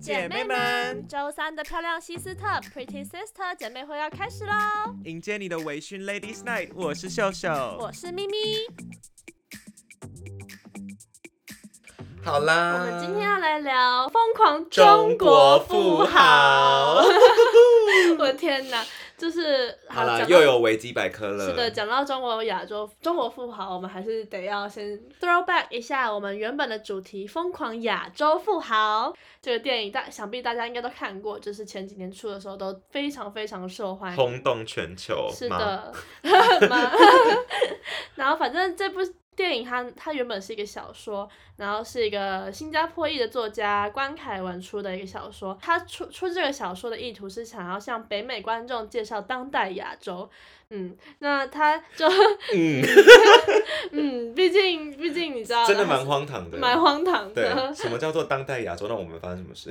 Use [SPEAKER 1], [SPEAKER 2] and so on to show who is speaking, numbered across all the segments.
[SPEAKER 1] 姐妹们，
[SPEAKER 2] 周三的漂亮西斯特 Pretty Sister 姐妹会要开始喽！
[SPEAKER 1] 迎接你的微醺 Ladies Night，我是秀秀。
[SPEAKER 2] 我是咪咪，
[SPEAKER 1] 好
[SPEAKER 2] 我
[SPEAKER 1] 啦，
[SPEAKER 2] 们今天要来聊疯狂
[SPEAKER 1] 中国
[SPEAKER 2] 国富
[SPEAKER 1] 富 豪。
[SPEAKER 2] 我的天哪，就是
[SPEAKER 1] 好啦，
[SPEAKER 2] 讲到
[SPEAKER 1] 又有维基百科了。
[SPEAKER 2] 是的，，讲到中国亚洲中国富豪，我们还是得要先 throwback 一下我们原本的主题《疯狂亚洲富豪》这个电影，大想必大家应该都看过，就是前几年出的时候都非常非常受欢迎。
[SPEAKER 3] 轰动全球，
[SPEAKER 2] 是
[SPEAKER 3] 哦吗，
[SPEAKER 2] 的， 妈 然后反正这部电影它它原本是一个小说，然后是一个新加坡裔的作家关凯文出的一个小说。他出出这个小说的意图是想要向北美观众介绍当代亚洲。嗯，那他就
[SPEAKER 3] 嗯，
[SPEAKER 2] 嗯，毕竟毕竟你知道，
[SPEAKER 3] 真的蛮荒唐的，
[SPEAKER 2] 蛮荒唐
[SPEAKER 3] 对
[SPEAKER 2] 的，。
[SPEAKER 3] 什么叫做当代亚洲？那我们发生什么事？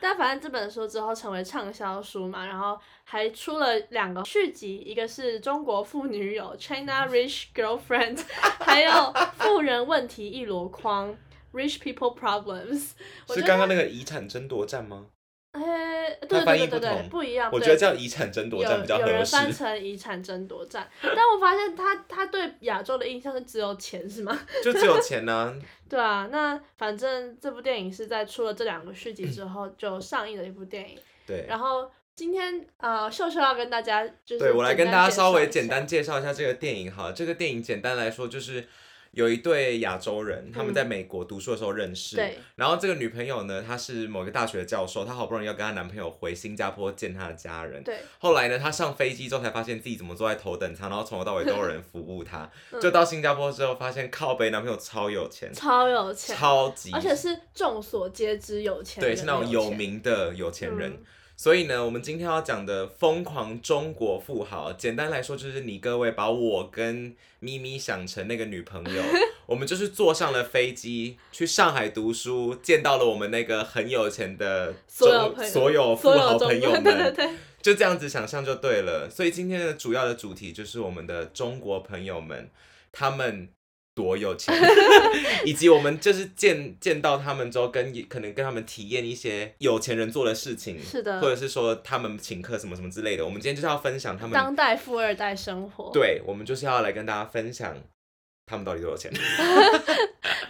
[SPEAKER 2] 但反正这本书之后成为畅销书嘛，然后还出了两个续集，一个是中国妇女友 （China Rich Girlfriend），还 有富人问题一箩筐 （Rich People Problems）。我
[SPEAKER 3] 是
[SPEAKER 2] 觉
[SPEAKER 3] 刚
[SPEAKER 2] 得，
[SPEAKER 3] 刚那个遗产争夺战吗？
[SPEAKER 2] 哎，对
[SPEAKER 3] 翻译
[SPEAKER 2] 对对对
[SPEAKER 3] 不
[SPEAKER 2] 对，
[SPEAKER 3] 同
[SPEAKER 2] 不一样。
[SPEAKER 3] 我觉
[SPEAKER 2] 啊对
[SPEAKER 3] 得叫遗产争夺战比较
[SPEAKER 2] 有有
[SPEAKER 3] 合
[SPEAKER 2] 人翻
[SPEAKER 3] 适，
[SPEAKER 2] 成遗产争夺战，但我发现他他对亚洲的印象是只有钱是吗？
[SPEAKER 3] 就只有钱呢、
[SPEAKER 2] 对啊，那反正这部电影是在出了这两个续集之后就上映的一部电影。
[SPEAKER 3] 对，
[SPEAKER 2] 然后今天呃，秀秀要跟大家就是
[SPEAKER 3] 对我来
[SPEAKER 2] 简
[SPEAKER 3] 跟
[SPEAKER 2] 单
[SPEAKER 3] 大家
[SPEAKER 2] 介
[SPEAKER 3] 稍
[SPEAKER 2] 绍
[SPEAKER 3] 微
[SPEAKER 2] 一
[SPEAKER 3] 简
[SPEAKER 2] 下
[SPEAKER 3] 单介绍一下这个电影哈。这个电影简单来说就是有一对亚洲人，他们在美国读书的时候认识，
[SPEAKER 2] 嗯对
[SPEAKER 3] 然后这个女朋友呢，她是某个大学的教授，她好不容易要跟她男朋友回新加坡见她的家人，
[SPEAKER 2] 对
[SPEAKER 3] 后来呢，她上飞机之后才发现自己怎么坐在头等舱，然后从头到尾都有人服务 她。
[SPEAKER 2] 嗯
[SPEAKER 3] 就到新加坡之后，发现靠北男朋友超有钱，
[SPEAKER 2] 超有钱，
[SPEAKER 3] 超级，
[SPEAKER 2] 而且是众所皆知有钱人
[SPEAKER 3] 对，
[SPEAKER 2] 的
[SPEAKER 3] 是那种有
[SPEAKER 2] 钱
[SPEAKER 3] 名的有钱人。
[SPEAKER 2] 嗯
[SPEAKER 3] 所以呢，我们今天要讲的疯狂中国富豪，简单来说就是你各位把我跟咪咪想成那个女朋 友，我们就是坐上了飞机去上海读书，见到了我们那个很有钱的
[SPEAKER 2] 所有
[SPEAKER 3] 中
[SPEAKER 2] 朋友
[SPEAKER 3] 所有富
[SPEAKER 2] 所
[SPEAKER 3] 豪
[SPEAKER 2] 有中
[SPEAKER 3] 朋友们，
[SPEAKER 2] 对对对，
[SPEAKER 3] 就这样子想象就对了。所以今天的主要的主题就是我们的中国朋友们，他们多有钱， 以及我们就是见见到他们之后跟，可能跟他们体验一些有钱人做的事情，
[SPEAKER 2] 是的
[SPEAKER 3] 或者是说他们请客什么什么之类的。我们今天就是要分享他们，
[SPEAKER 2] 当代富二代生活。
[SPEAKER 3] 嗯对我们就是要来跟大家分享他们到底多有钱。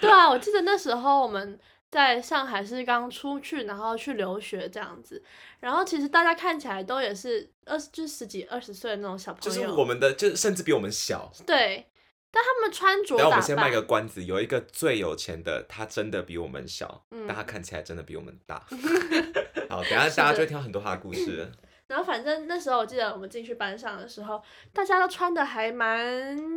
[SPEAKER 2] 对啊，我记得那时候我们在上海是刚出去，然后去留学这样子，然后其实大家看起来都也是二十就是十几二十岁的那种小
[SPEAKER 3] 就
[SPEAKER 2] 朋
[SPEAKER 3] 是
[SPEAKER 2] 友，
[SPEAKER 3] 我们的，就是甚至比我们小。
[SPEAKER 2] 对，但他们穿着
[SPEAKER 3] 然后我
[SPEAKER 2] 打
[SPEAKER 3] 们先卖
[SPEAKER 2] 扮
[SPEAKER 3] 个关子，有一个最有钱的，他真的比我们小，
[SPEAKER 2] 嗯
[SPEAKER 3] 但他看起来真的比我们 大。好，等一下
[SPEAKER 2] 是的
[SPEAKER 3] 大家就会听到很多他的故事。
[SPEAKER 2] 然后反正那时候我记得我们进去班上的时候，大家都穿的还蛮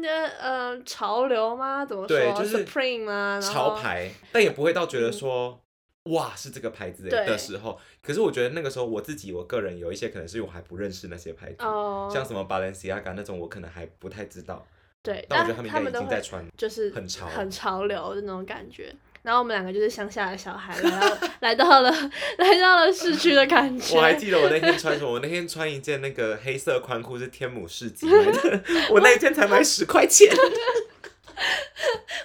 [SPEAKER 2] 呃呃潮流吗？怎么说
[SPEAKER 3] 对就是
[SPEAKER 2] Supreme 啊，然后嗯
[SPEAKER 3] 潮牌，但也不会到觉得说、哇是这个牌子的
[SPEAKER 2] 对
[SPEAKER 3] 的时候。可是我觉得那个时候我自己我个人有一些可能是因为我还不认识那些牌子，
[SPEAKER 2] 哦，
[SPEAKER 3] 像什么 Balenciaga 那种我可能还不太知道，
[SPEAKER 2] 对，
[SPEAKER 3] 但我
[SPEAKER 2] 但
[SPEAKER 3] 觉得他们应
[SPEAKER 2] 啊他
[SPEAKER 3] 该
[SPEAKER 2] 们
[SPEAKER 3] 已
[SPEAKER 2] 都
[SPEAKER 3] 经在
[SPEAKER 2] 会
[SPEAKER 3] 穿。
[SPEAKER 2] 就是
[SPEAKER 3] 很潮
[SPEAKER 2] 很潮流的那种感觉。然后我们两个就是乡下的小孩，然后来到了来到了市区的感觉。
[SPEAKER 3] 我还记得我那天穿什么，我那天穿一件那个黑色宽裤是天母市集买 的，我那一件才买十块钱。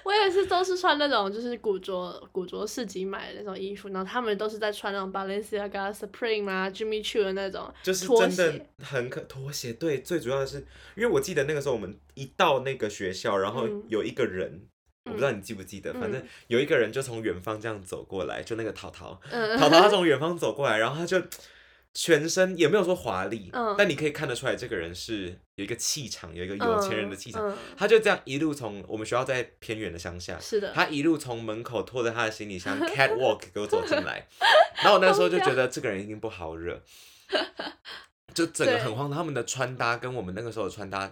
[SPEAKER 2] 我也是都是穿那种就是古着古着市集买的那种衣服，然后他们都是在穿那种 Balenciaga、Supreme 啊、Jimmy Choo 的那种，
[SPEAKER 3] 就是
[SPEAKER 2] 拖
[SPEAKER 3] 真的
[SPEAKER 2] 鞋
[SPEAKER 3] 很可拖鞋，对，最主要的是，因为我记得那个时候我们一到那个学校，然后
[SPEAKER 2] 嗯
[SPEAKER 3] 有一个人，我不知道你记不记得，反正有一个人就从远方这样走过来，就那个淘 淘，
[SPEAKER 2] 嗯，
[SPEAKER 3] 淘淘他从远方走过来，然后他就全身也没有说华丽，
[SPEAKER 2] 嗯
[SPEAKER 3] 但你可以看得出来这个人是有一个气场，有一个有钱人的气场，
[SPEAKER 2] 嗯
[SPEAKER 3] 他就这样一路从我们学校在偏远的乡下
[SPEAKER 2] 嗯，是的，
[SPEAKER 3] 他一路从门口拖着他的行李 箱 catwalk 给我走进来，然后我那时候就觉得这个人一定不好惹，就整个
[SPEAKER 2] 对
[SPEAKER 3] 很荒唐。他们的穿搭跟我们那个时候的穿搭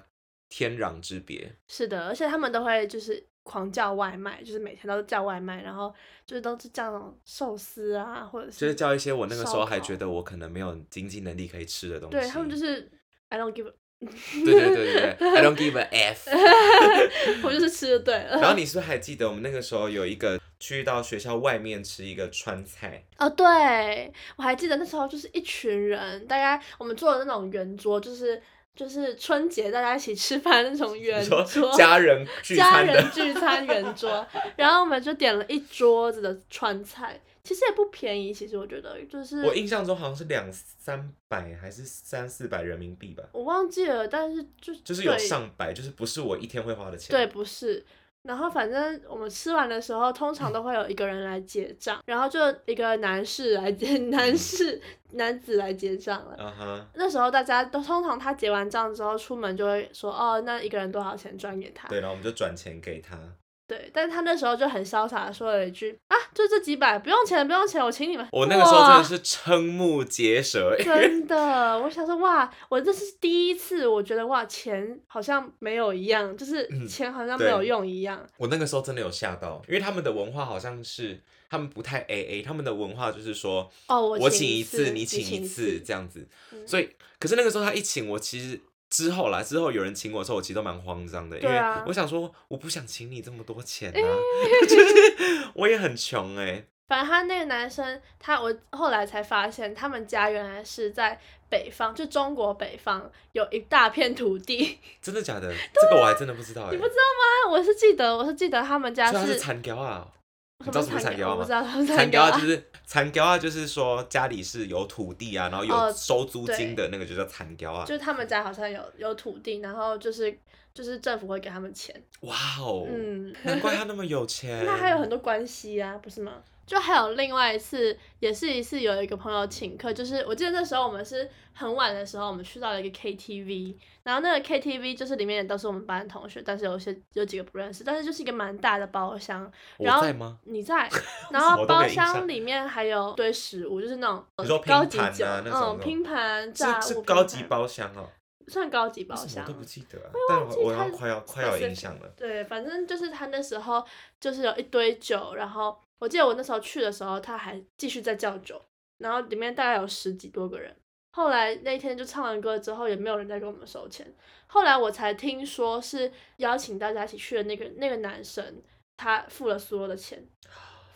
[SPEAKER 3] 天壤之别，
[SPEAKER 2] 是的，而且他们都会就是狂叫外卖，就是每天都叫外卖，然后就是都是叫那种寿司啊，或者是
[SPEAKER 3] 就是叫一些我那个时候还
[SPEAKER 2] 烧烤
[SPEAKER 3] 觉得我可能没有经济能力可以吃的东西。
[SPEAKER 2] 对他们就是 I don't give，
[SPEAKER 3] 对对对对 对，I don't give a f。
[SPEAKER 2] a- 我就是吃就对了。
[SPEAKER 3] 然后你是不是还记得我们那个时候有一个去到学校外面吃一个川菜？
[SPEAKER 2] 哦，对我还记得那时候就是一群人，大概我们坐的那种圆桌，就是就是春节大家一起吃饭那种圆
[SPEAKER 3] 你
[SPEAKER 2] 桌
[SPEAKER 3] 说， 家人聚
[SPEAKER 2] 哦家
[SPEAKER 3] 餐的
[SPEAKER 2] 人，聚餐圆桌，然后我们就点了一桌子的川菜，其实也不便宜，其实我觉得就是
[SPEAKER 3] 我印象中好像是两三百还是三四百人民币吧，
[SPEAKER 2] 我忘记了，但是就
[SPEAKER 3] 就是有
[SPEAKER 2] 对
[SPEAKER 3] 上百，就是不是我一天会花的钱。
[SPEAKER 2] 对，不是。然后反正我们吃完的时候，通常都会有一个人来结账，然后就一个男士来结，
[SPEAKER 3] 嗯
[SPEAKER 2] 男士男子来结账了。
[SPEAKER 3] 啊哈，
[SPEAKER 2] 那时候大家都通常他结完账之后出门就会说哦，那一个人多少钱转给他？
[SPEAKER 3] 对，然后我们就转钱给他。
[SPEAKER 2] 对，但是他那时候就很潇洒的说了一句啊，就这几百，不用钱，不用钱，我请你们。
[SPEAKER 3] 我那个时候真
[SPEAKER 2] 哇
[SPEAKER 3] 的是瞠目结舌，欸
[SPEAKER 2] 真的，我想说哇，我这是第一次，我觉得哇，钱好像没有一样，就是
[SPEAKER 3] 嗯
[SPEAKER 2] 钱好像没有
[SPEAKER 3] 对
[SPEAKER 2] 用一样。
[SPEAKER 3] 我那个时候真的有吓到，因为他们的文化好像是他们不太 A A，他们的文化就是说，
[SPEAKER 2] 哦，
[SPEAKER 3] 我
[SPEAKER 2] 我
[SPEAKER 3] 请
[SPEAKER 2] 一
[SPEAKER 3] 一次，
[SPEAKER 2] 你
[SPEAKER 3] 你请
[SPEAKER 2] 一
[SPEAKER 3] 一次这样子。
[SPEAKER 2] 嗯
[SPEAKER 3] 所以，可是那个时候他一请我，其实之后啦，之后有人请我的时候，我其实都蛮慌张的，因
[SPEAKER 2] 对
[SPEAKER 3] 为
[SPEAKER 2] 啊
[SPEAKER 3] 我想说，我不想请你这么多钱啊， 就是我也很穷哎、
[SPEAKER 2] 反正他那个男生，他我后来才发现，他们家原来是在北方，就中国北方有一大片土地。
[SPEAKER 3] 真的假的？这个我还真的不知道哎、
[SPEAKER 2] 你不知道吗？我是记得，我是记得他们家
[SPEAKER 3] 所以他
[SPEAKER 2] 是
[SPEAKER 3] 是残雕啊。你
[SPEAKER 2] 什
[SPEAKER 3] 知道什么是
[SPEAKER 2] 产
[SPEAKER 3] 残雕
[SPEAKER 2] 我
[SPEAKER 3] 吗？
[SPEAKER 2] 不知道他 们
[SPEAKER 3] 残雕
[SPEAKER 2] 雕啊
[SPEAKER 3] 啊，就是残雕啊，就是说家里是有土地啊，然后
[SPEAKER 2] 哦
[SPEAKER 3] 有收租金
[SPEAKER 2] 对
[SPEAKER 3] 的那个就叫残雕啊
[SPEAKER 2] 就。是他们家好像有有土地，然后就是就是政府会给他们钱。
[SPEAKER 3] 哇哦，
[SPEAKER 2] 嗯，
[SPEAKER 3] 难怪他那么有钱。
[SPEAKER 2] 那还有很多关系啊，不是吗？就还有另外一次，也是一次有一个朋友请客，就是我记得那时候我们是很晚的时候，我们去到了一个 KTV，然后那个 KTV 就是里面也都是我们班的同学，但是有些有几个不认识，但是就是一个蛮大的包厢，然
[SPEAKER 3] 我
[SPEAKER 2] 后
[SPEAKER 3] 在吗？
[SPEAKER 2] 你在，然
[SPEAKER 3] 什
[SPEAKER 2] 后
[SPEAKER 3] 么都没
[SPEAKER 2] 包
[SPEAKER 3] 印象
[SPEAKER 2] 厢里面还有堆食物，就是那种呃
[SPEAKER 3] 你说
[SPEAKER 2] 高
[SPEAKER 3] 拼
[SPEAKER 2] 级
[SPEAKER 3] 盘啊
[SPEAKER 2] 酒，
[SPEAKER 3] 那种
[SPEAKER 2] 嗯，
[SPEAKER 3] 的
[SPEAKER 2] 拼盘
[SPEAKER 3] 是
[SPEAKER 2] 炸物
[SPEAKER 3] 是
[SPEAKER 2] 拼
[SPEAKER 3] 高级
[SPEAKER 2] 盘，
[SPEAKER 3] 包厢哦，
[SPEAKER 2] 算高级包
[SPEAKER 3] 为什么
[SPEAKER 2] 厢哎
[SPEAKER 3] 我都，不记得啊？但我我要快要快要有印象了。
[SPEAKER 2] 对，反正就是他那时候就是有一堆酒，然后我记得我那时候去的时候，他还继续在叫酒，然后里面大概有十几多个人。后来那一天就唱完歌之后，也没有人再给我们收钱。后来我才听说是邀请大家一起去的那个那个男生，他付了所有的钱，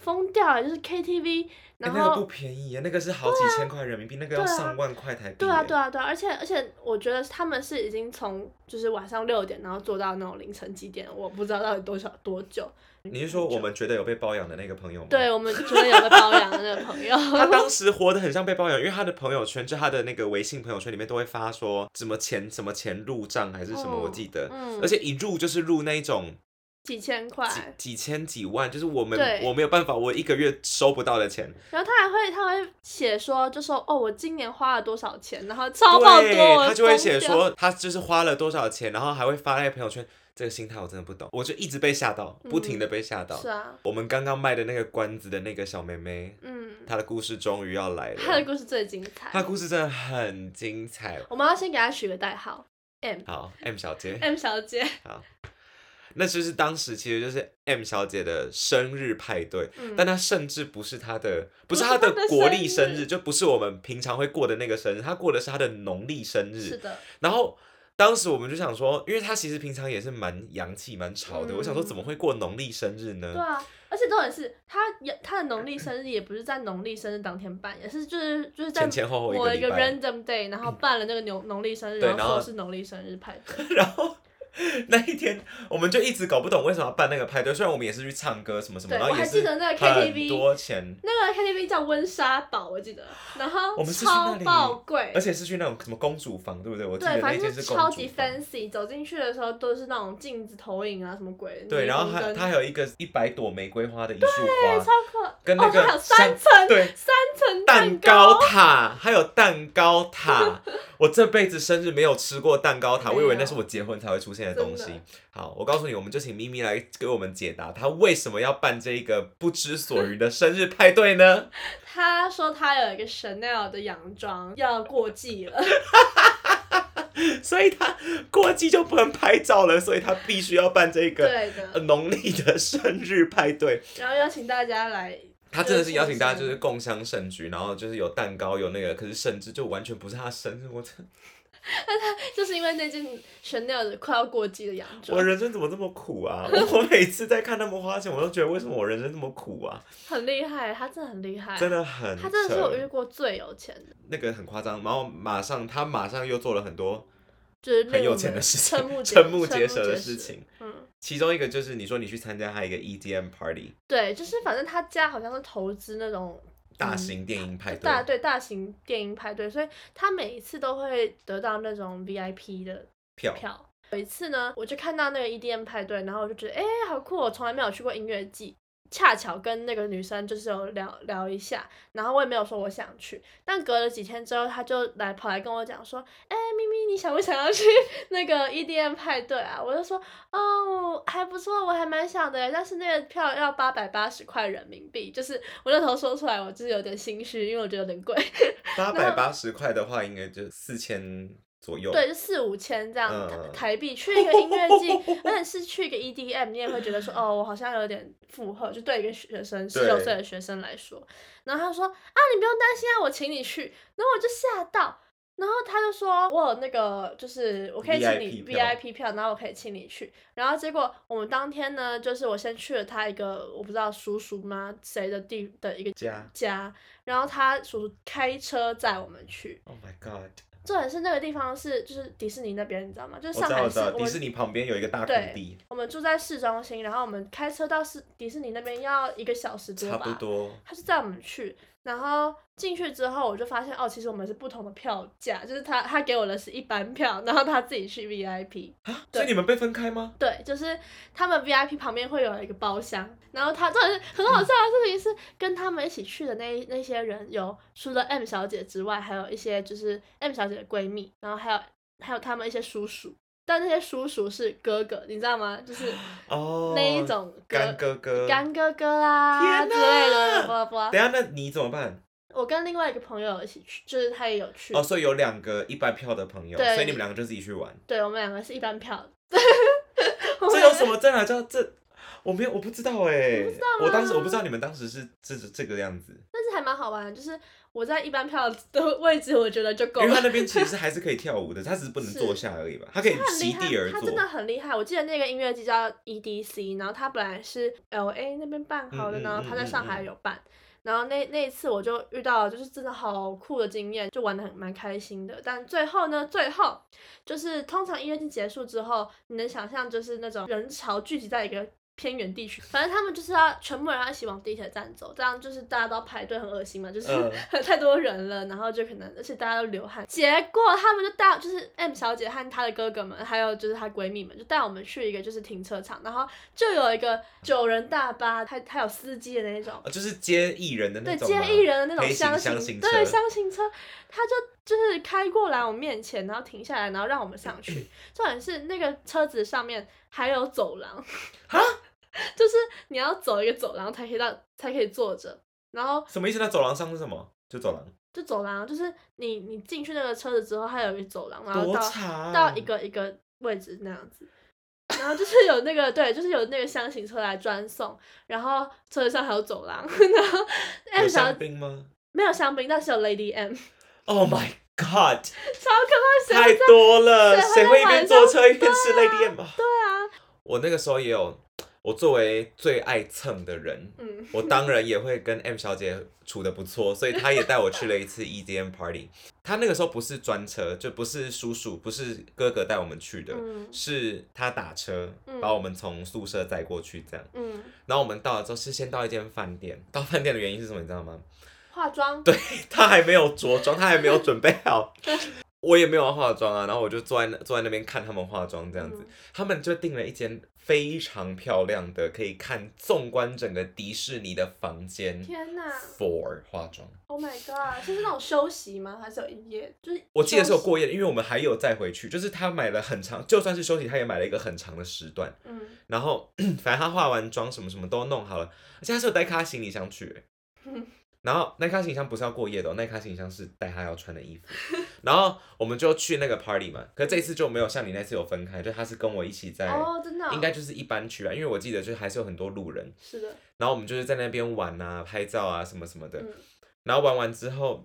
[SPEAKER 2] 疯掉了，就是 KTV，
[SPEAKER 3] 哎
[SPEAKER 2] 然后、啊
[SPEAKER 3] 那个不便宜耶，啊那个是好几千块人民币，那个要
[SPEAKER 2] 对啊
[SPEAKER 3] 上万块台币。
[SPEAKER 2] 对啊，对。啊，对啊，而且而且，我觉得他们是已经从就是晚上六点，然后做到那种凌晨几点，我不知道到底多少多久。
[SPEAKER 3] 你是说我们觉得有被包养的那个朋友吗？
[SPEAKER 2] 对我们觉得有个包养的那个朋友，
[SPEAKER 3] 他当时活得很像被包养，因为他的朋友圈，就他的那个微信朋友圈里面都会发说什么钱什么钱入账还是什么，
[SPEAKER 2] 嗯
[SPEAKER 3] 我记得，
[SPEAKER 2] 嗯
[SPEAKER 3] 而且一入就是入那一种
[SPEAKER 2] 几千
[SPEAKER 3] 几
[SPEAKER 2] 块，
[SPEAKER 3] 几千几万，就是我们
[SPEAKER 2] 对
[SPEAKER 3] 我没有办法，我一个月收不到的钱，
[SPEAKER 2] 然后他还会他会写说，就说哦，我今年花了多少钱，然后超爆
[SPEAKER 3] 对，
[SPEAKER 2] 多，我
[SPEAKER 3] 他就会
[SPEAKER 2] 疯
[SPEAKER 3] 写
[SPEAKER 2] 掉，
[SPEAKER 3] 说他就是花了多少钱，然后还会发在朋友圈，这个心态我真的不懂，我就一直被吓到，不停的被吓到。
[SPEAKER 2] 嗯是啊，
[SPEAKER 3] 我们刚刚卖的那个关子的那个小妹妹，
[SPEAKER 2] 嗯，
[SPEAKER 3] 她的故事终于要来
[SPEAKER 2] 他的
[SPEAKER 3] 了，
[SPEAKER 2] 故事最精彩
[SPEAKER 3] 她。的故事真的很精彩。
[SPEAKER 2] 我们要先给他取个代号，M
[SPEAKER 3] 好，M 小姐。
[SPEAKER 2] M 小姐，
[SPEAKER 3] 好，那就是当时其实就是 M 小姐的生日派对，
[SPEAKER 2] 嗯
[SPEAKER 3] 但她甚至不是她的，不
[SPEAKER 2] 是
[SPEAKER 3] 是她的
[SPEAKER 2] 她的
[SPEAKER 3] 国历
[SPEAKER 2] 生
[SPEAKER 3] 生
[SPEAKER 2] 日
[SPEAKER 3] 日，就不是我们平常会过的那个生日，她过的是她的农历生
[SPEAKER 2] 是
[SPEAKER 3] 日。
[SPEAKER 2] 的，
[SPEAKER 3] 然后当时我们就想说，因为她其实平常也是蛮洋气、蛮潮的，我想说
[SPEAKER 2] 嗯
[SPEAKER 3] 怎么会过农历生日
[SPEAKER 2] 对
[SPEAKER 3] 呢？
[SPEAKER 2] 啊，而且重点是，他也他的农历生日也不是在农历生日当天办，也是就是就是在
[SPEAKER 3] 前前后后一
[SPEAKER 2] 某
[SPEAKER 3] 个
[SPEAKER 2] 一
[SPEAKER 3] 礼
[SPEAKER 2] 个
[SPEAKER 3] 拜，嗯
[SPEAKER 2] random day，然后办了那个农农历生日，
[SPEAKER 3] 对
[SPEAKER 2] 然
[SPEAKER 3] 然
[SPEAKER 2] 后
[SPEAKER 3] 后
[SPEAKER 2] 说是农历生日派对，
[SPEAKER 3] 然后。那一天，我们就一直搞不懂为什么要办那个派对。虽然我们也是去唱歌什么什么，
[SPEAKER 2] 对
[SPEAKER 3] 然后
[SPEAKER 2] 我
[SPEAKER 3] 也
[SPEAKER 2] 还
[SPEAKER 3] 是
[SPEAKER 2] 记得那个
[SPEAKER 3] 很
[SPEAKER 2] KTV
[SPEAKER 3] 多钱，
[SPEAKER 2] 那个 KTV 叫温莎堡，我记得，然后
[SPEAKER 3] 我们是去那
[SPEAKER 2] 超
[SPEAKER 3] 里
[SPEAKER 2] 爆贵
[SPEAKER 3] 而，且是去那种什么公主房，对不对？我记得
[SPEAKER 2] 对，
[SPEAKER 3] 那
[SPEAKER 2] 反
[SPEAKER 3] 一
[SPEAKER 2] 正
[SPEAKER 3] 间
[SPEAKER 2] 就是是
[SPEAKER 3] 公
[SPEAKER 2] 超
[SPEAKER 3] 主
[SPEAKER 2] 级
[SPEAKER 3] 房。
[SPEAKER 2] fancy，走进去的时候都是那种镜子投影啊，什么鬼的，
[SPEAKER 3] 对，然后
[SPEAKER 2] 霓虹
[SPEAKER 3] 它
[SPEAKER 2] 灯
[SPEAKER 3] 它还有一个一百朵玫瑰花的一束花，
[SPEAKER 2] 超可，
[SPEAKER 3] 跟那
[SPEAKER 2] 哦，它还有
[SPEAKER 3] 个
[SPEAKER 2] 三
[SPEAKER 3] 山
[SPEAKER 2] 层，
[SPEAKER 3] 对
[SPEAKER 2] 三层
[SPEAKER 3] 蛋
[SPEAKER 2] 糕，
[SPEAKER 3] 糕塔，还有蛋糕 塔。我这辈子生日没有吃过蛋糕塔，
[SPEAKER 2] 没
[SPEAKER 3] 我
[SPEAKER 2] 有
[SPEAKER 3] 以为那是我结婚才会出现的东
[SPEAKER 2] 啊真的
[SPEAKER 3] 西。好，我告诉你，我们就请咪咪来给我们解答，她为什么要办这个不知所云的生日派对呢？
[SPEAKER 2] 他说他有一个 Chanel 的洋装要过季了，
[SPEAKER 3] 所以她过季就不能拍照了，所以她必须要办这个
[SPEAKER 2] 对啊
[SPEAKER 3] 呃
[SPEAKER 2] 的，
[SPEAKER 3] 农历的生日派对。
[SPEAKER 2] 然后邀请大家来，
[SPEAKER 3] 他真的是邀请大家就是共襄盛举，然后就是有蛋糕有那个，可是甚至就完全不是他生日，我真
[SPEAKER 2] 就是因为那件 Chanel 的快要过季的洋
[SPEAKER 3] 我
[SPEAKER 2] 装，
[SPEAKER 3] 人生怎么这么苦 啊？我我每次在看他们花钱，我都觉得为什么我人生这么苦 啊？
[SPEAKER 2] 很厉害，他真的很厉害，
[SPEAKER 3] 哎真。的很
[SPEAKER 2] 他真的是我遇
[SPEAKER 3] 扯
[SPEAKER 2] 过最有钱的，
[SPEAKER 3] 那个很夸张，然后马上他马上又做了很多
[SPEAKER 2] 就是令
[SPEAKER 3] 很有
[SPEAKER 2] 我
[SPEAKER 3] 钱
[SPEAKER 2] 们
[SPEAKER 3] 的事情
[SPEAKER 2] 瞠目，结
[SPEAKER 3] 瞠目
[SPEAKER 2] 结
[SPEAKER 3] 结舌的事情。。
[SPEAKER 2] 嗯，
[SPEAKER 3] 其中一个就是你说你去参加他一个 EDM party，
[SPEAKER 2] 对，就是反正他家好像是投资那种
[SPEAKER 3] 大
[SPEAKER 2] 嗯
[SPEAKER 3] 型电影派对，
[SPEAKER 2] 大对大型电影派对，所以他每一次都会得到那种 VIP 的
[SPEAKER 3] 票
[SPEAKER 2] 票。有一次呢，我就看到那个 EDM 派对，然后我就觉得哎、好酷哦、我从来没有去过音乐季。恰巧跟那个女生就是有聊聊一下，然后我也没有说我想去，但隔了几天之后，她就来跑来跟我讲说，哎、咪咪，你想不想要去 那个 EDM 派对啊？我就说，哦，还不错，我还蛮想的，但是那个票要八百八十块人民币，就是我那时候说出来，我就是有点心虚，因为我觉得有点贵，
[SPEAKER 3] 八百八十块的话应该就四千左右。
[SPEAKER 2] 对，就四五千这样、
[SPEAKER 3] 嗯
[SPEAKER 2] 台台币去一个音乐季，而且是去一个 EDM，你也会觉得说，哦，我好像有点负荷，就对一个学生十九岁的学生来说。然后他说啊，你不用担心啊，我请你去。然后我就吓到，然后他就说我有那个就是我可以请你
[SPEAKER 3] VIP 票
[SPEAKER 2] VIP 票，然后我可以请你去。然后结果我们当天呢，就是我先去了他一个我不知道叔叔吗谁的地的一个
[SPEAKER 3] 家
[SPEAKER 2] 家，然后他叔叔开车载我们去。
[SPEAKER 3] ，Oh my god！
[SPEAKER 2] 重点是那个地方是就是迪士尼那边，你知道吗？就
[SPEAKER 3] 我
[SPEAKER 2] 是
[SPEAKER 3] 知
[SPEAKER 2] 上
[SPEAKER 3] 道，
[SPEAKER 2] 海
[SPEAKER 3] 我知
[SPEAKER 2] 市，
[SPEAKER 3] 道，
[SPEAKER 2] 我
[SPEAKER 3] 迪士尼旁边有一个大
[SPEAKER 2] 对
[SPEAKER 3] 空地，
[SPEAKER 2] 我们住在市中心，然后我们开车到市迪士尼那边要一个小时多
[SPEAKER 3] 差
[SPEAKER 2] 吧，
[SPEAKER 3] 不多。
[SPEAKER 2] 他就带我们去，然后进去之后我就发现哦，其实我们是不同的票价，就是他他给我的是一般票，然后他自己去 VIP，对
[SPEAKER 3] 所以你们被分开吗？
[SPEAKER 2] 对，就是他们 VIP 旁边会有一个包厢，然后他这是很好笑的事情是，跟他们一起去的那那些人有除了 M 小姐之外，还有一些就是 M 小姐的闺蜜，然后还有还有他们一些叔叔，但那些叔叔是哥哥，你知道吗？就是
[SPEAKER 3] 哦，
[SPEAKER 2] 那一种哥
[SPEAKER 3] 干哥哥，
[SPEAKER 2] 干哥哥啦
[SPEAKER 3] 天
[SPEAKER 2] 之类的，
[SPEAKER 3] 哪
[SPEAKER 2] 不不，
[SPEAKER 3] 等一下，那你怎么办？
[SPEAKER 2] 我跟另外一个朋友一起去，就是他也有去，
[SPEAKER 3] 哦，所以有两个一般票的朋友，
[SPEAKER 2] 对
[SPEAKER 3] 所以你们两个就自己去 玩。
[SPEAKER 2] 对我们两个是一般票，
[SPEAKER 3] 这有什么真啊？叫这？我没有，我不知道哎、
[SPEAKER 2] 啊
[SPEAKER 3] 我当时我不知道你们当时是这这这个样子，
[SPEAKER 2] 但是还蛮好玩的，就是我在一般票的位置，我觉得就够
[SPEAKER 3] 因为
[SPEAKER 2] 了
[SPEAKER 3] 他。那边其实还是可以跳舞的，他只是不能
[SPEAKER 2] 是
[SPEAKER 3] 坐下而已吧？他可以
[SPEAKER 2] 他很
[SPEAKER 3] 席
[SPEAKER 2] 厉害
[SPEAKER 3] 地而，
[SPEAKER 2] 他
[SPEAKER 3] 坐。
[SPEAKER 2] 真的很厉害。我记得那个音乐季叫 EDC，然后他本来是 LA 那边办好
[SPEAKER 3] 嗯
[SPEAKER 2] 的，
[SPEAKER 3] 嗯
[SPEAKER 2] 然后他在上
[SPEAKER 3] 嗯
[SPEAKER 2] 海
[SPEAKER 3] 嗯嗯
[SPEAKER 2] 有办。然后那那一次我就遇到了，就是真的好酷的经验，就玩的很蛮开心的。但最后呢，最后就是通常音乐季结束之后，你能想象就是那种人潮聚集在一个偏远地区，反正他们就是要全部人要一起往地铁站走，这样就是大家都要排队，很恶心嘛，就是、
[SPEAKER 3] 嗯
[SPEAKER 2] 太多人了，然后就可能而且大家都流汗，结果他们就带就是 M 小姐和她的哥哥们，还有就是她闺蜜们，就带我们去一个就是停车场，然后就有一个九人大巴，还还有司机的那种，
[SPEAKER 3] 哦就是接艺人的
[SPEAKER 2] 对
[SPEAKER 3] 那种啊
[SPEAKER 2] 接
[SPEAKER 3] 吗，
[SPEAKER 2] 艺人的那种
[SPEAKER 3] 黑型
[SPEAKER 2] 箱
[SPEAKER 3] 箱
[SPEAKER 2] 型，
[SPEAKER 3] 型
[SPEAKER 2] 对
[SPEAKER 3] 车
[SPEAKER 2] 箱型车，他就就是开过来我们面前，然后停下来，然后让我们上 去。重点是那个车子上面还有走廊，
[SPEAKER 3] 哈，
[SPEAKER 2] 就是你要走一个走廊才可以到，才可以坐着。然后
[SPEAKER 3] 什么意思？那走廊上是什么？就走廊
[SPEAKER 2] 就走廊，就是你你进去那个车子之后，它有一个走廊，然后
[SPEAKER 3] 多啊
[SPEAKER 2] 到
[SPEAKER 3] 长？
[SPEAKER 2] 到一个一个位置那样子。然 后就是有那个对，就是有那个箱型车来专送，然后车子上还有走廊， 然后 M
[SPEAKER 3] 有
[SPEAKER 2] 小
[SPEAKER 3] 香槟吗
[SPEAKER 2] 没有香槟，但是有 Lady M，
[SPEAKER 3] ？Oh my god！
[SPEAKER 2] 超可怕，谁
[SPEAKER 3] 太
[SPEAKER 2] 会在
[SPEAKER 3] 多了，
[SPEAKER 2] 谁
[SPEAKER 3] 谁
[SPEAKER 2] 会
[SPEAKER 3] 会一
[SPEAKER 2] 在晚
[SPEAKER 3] 边
[SPEAKER 2] 上
[SPEAKER 3] 坐车一边吃 Lady M 啊？对啊，我那个时候也有，我作为最爱蹭的人，
[SPEAKER 2] 嗯，
[SPEAKER 3] 我当然也会跟 M 小姐处的不错，所以她也带我去了一次 EDM party。她那个时候不是专车，就不是叔叔，不是哥哥带我们去的，
[SPEAKER 2] 嗯
[SPEAKER 3] 是他打车
[SPEAKER 2] 嗯
[SPEAKER 3] 把我们从宿舍载过去这样。
[SPEAKER 2] 嗯，
[SPEAKER 3] 然后我们到了之后是先到一间饭店，到饭店的原因是什么你知道吗？
[SPEAKER 2] 化妆，
[SPEAKER 3] 对他还没有着装，他还没有准备好，我也没有要化妆啊，然后我就坐在那坐在那边看他们化妆这样子，
[SPEAKER 2] 嗯
[SPEAKER 3] 他们就订了一间非常漂亮的，可以看纵观整个迪士尼的房间
[SPEAKER 2] 天啊哪
[SPEAKER 3] ，for 化妆。
[SPEAKER 2] ，Oh my god，是那种休息吗？还是有一夜？就是
[SPEAKER 3] 我记得是有
[SPEAKER 2] 休息，
[SPEAKER 3] 过夜的，因为我们还有再回去，就是他买了很长，就算是休息，他也买了一个很长的时段。
[SPEAKER 2] 嗯，
[SPEAKER 3] 然后 反正他化完妆什么什么都弄好了，而且他是有带咖行李箱去、欸
[SPEAKER 2] 嗯
[SPEAKER 3] 然后那咖行李箱不是要过夜的、哦，那咖行李箱是带他要穿的衣服。 然后我们就去那个 party 嘛，可这一次就没有像你那次有分开，就他是跟我一起在，
[SPEAKER 2] 哦，真的哦，
[SPEAKER 3] 应该就是一般去吧，啊因为我记得就是还是有很多路人，
[SPEAKER 2] 是的，
[SPEAKER 3] 然后我们就是在那边玩啊、拍照啊什么什么的。
[SPEAKER 2] 嗯
[SPEAKER 3] 然后玩完之后，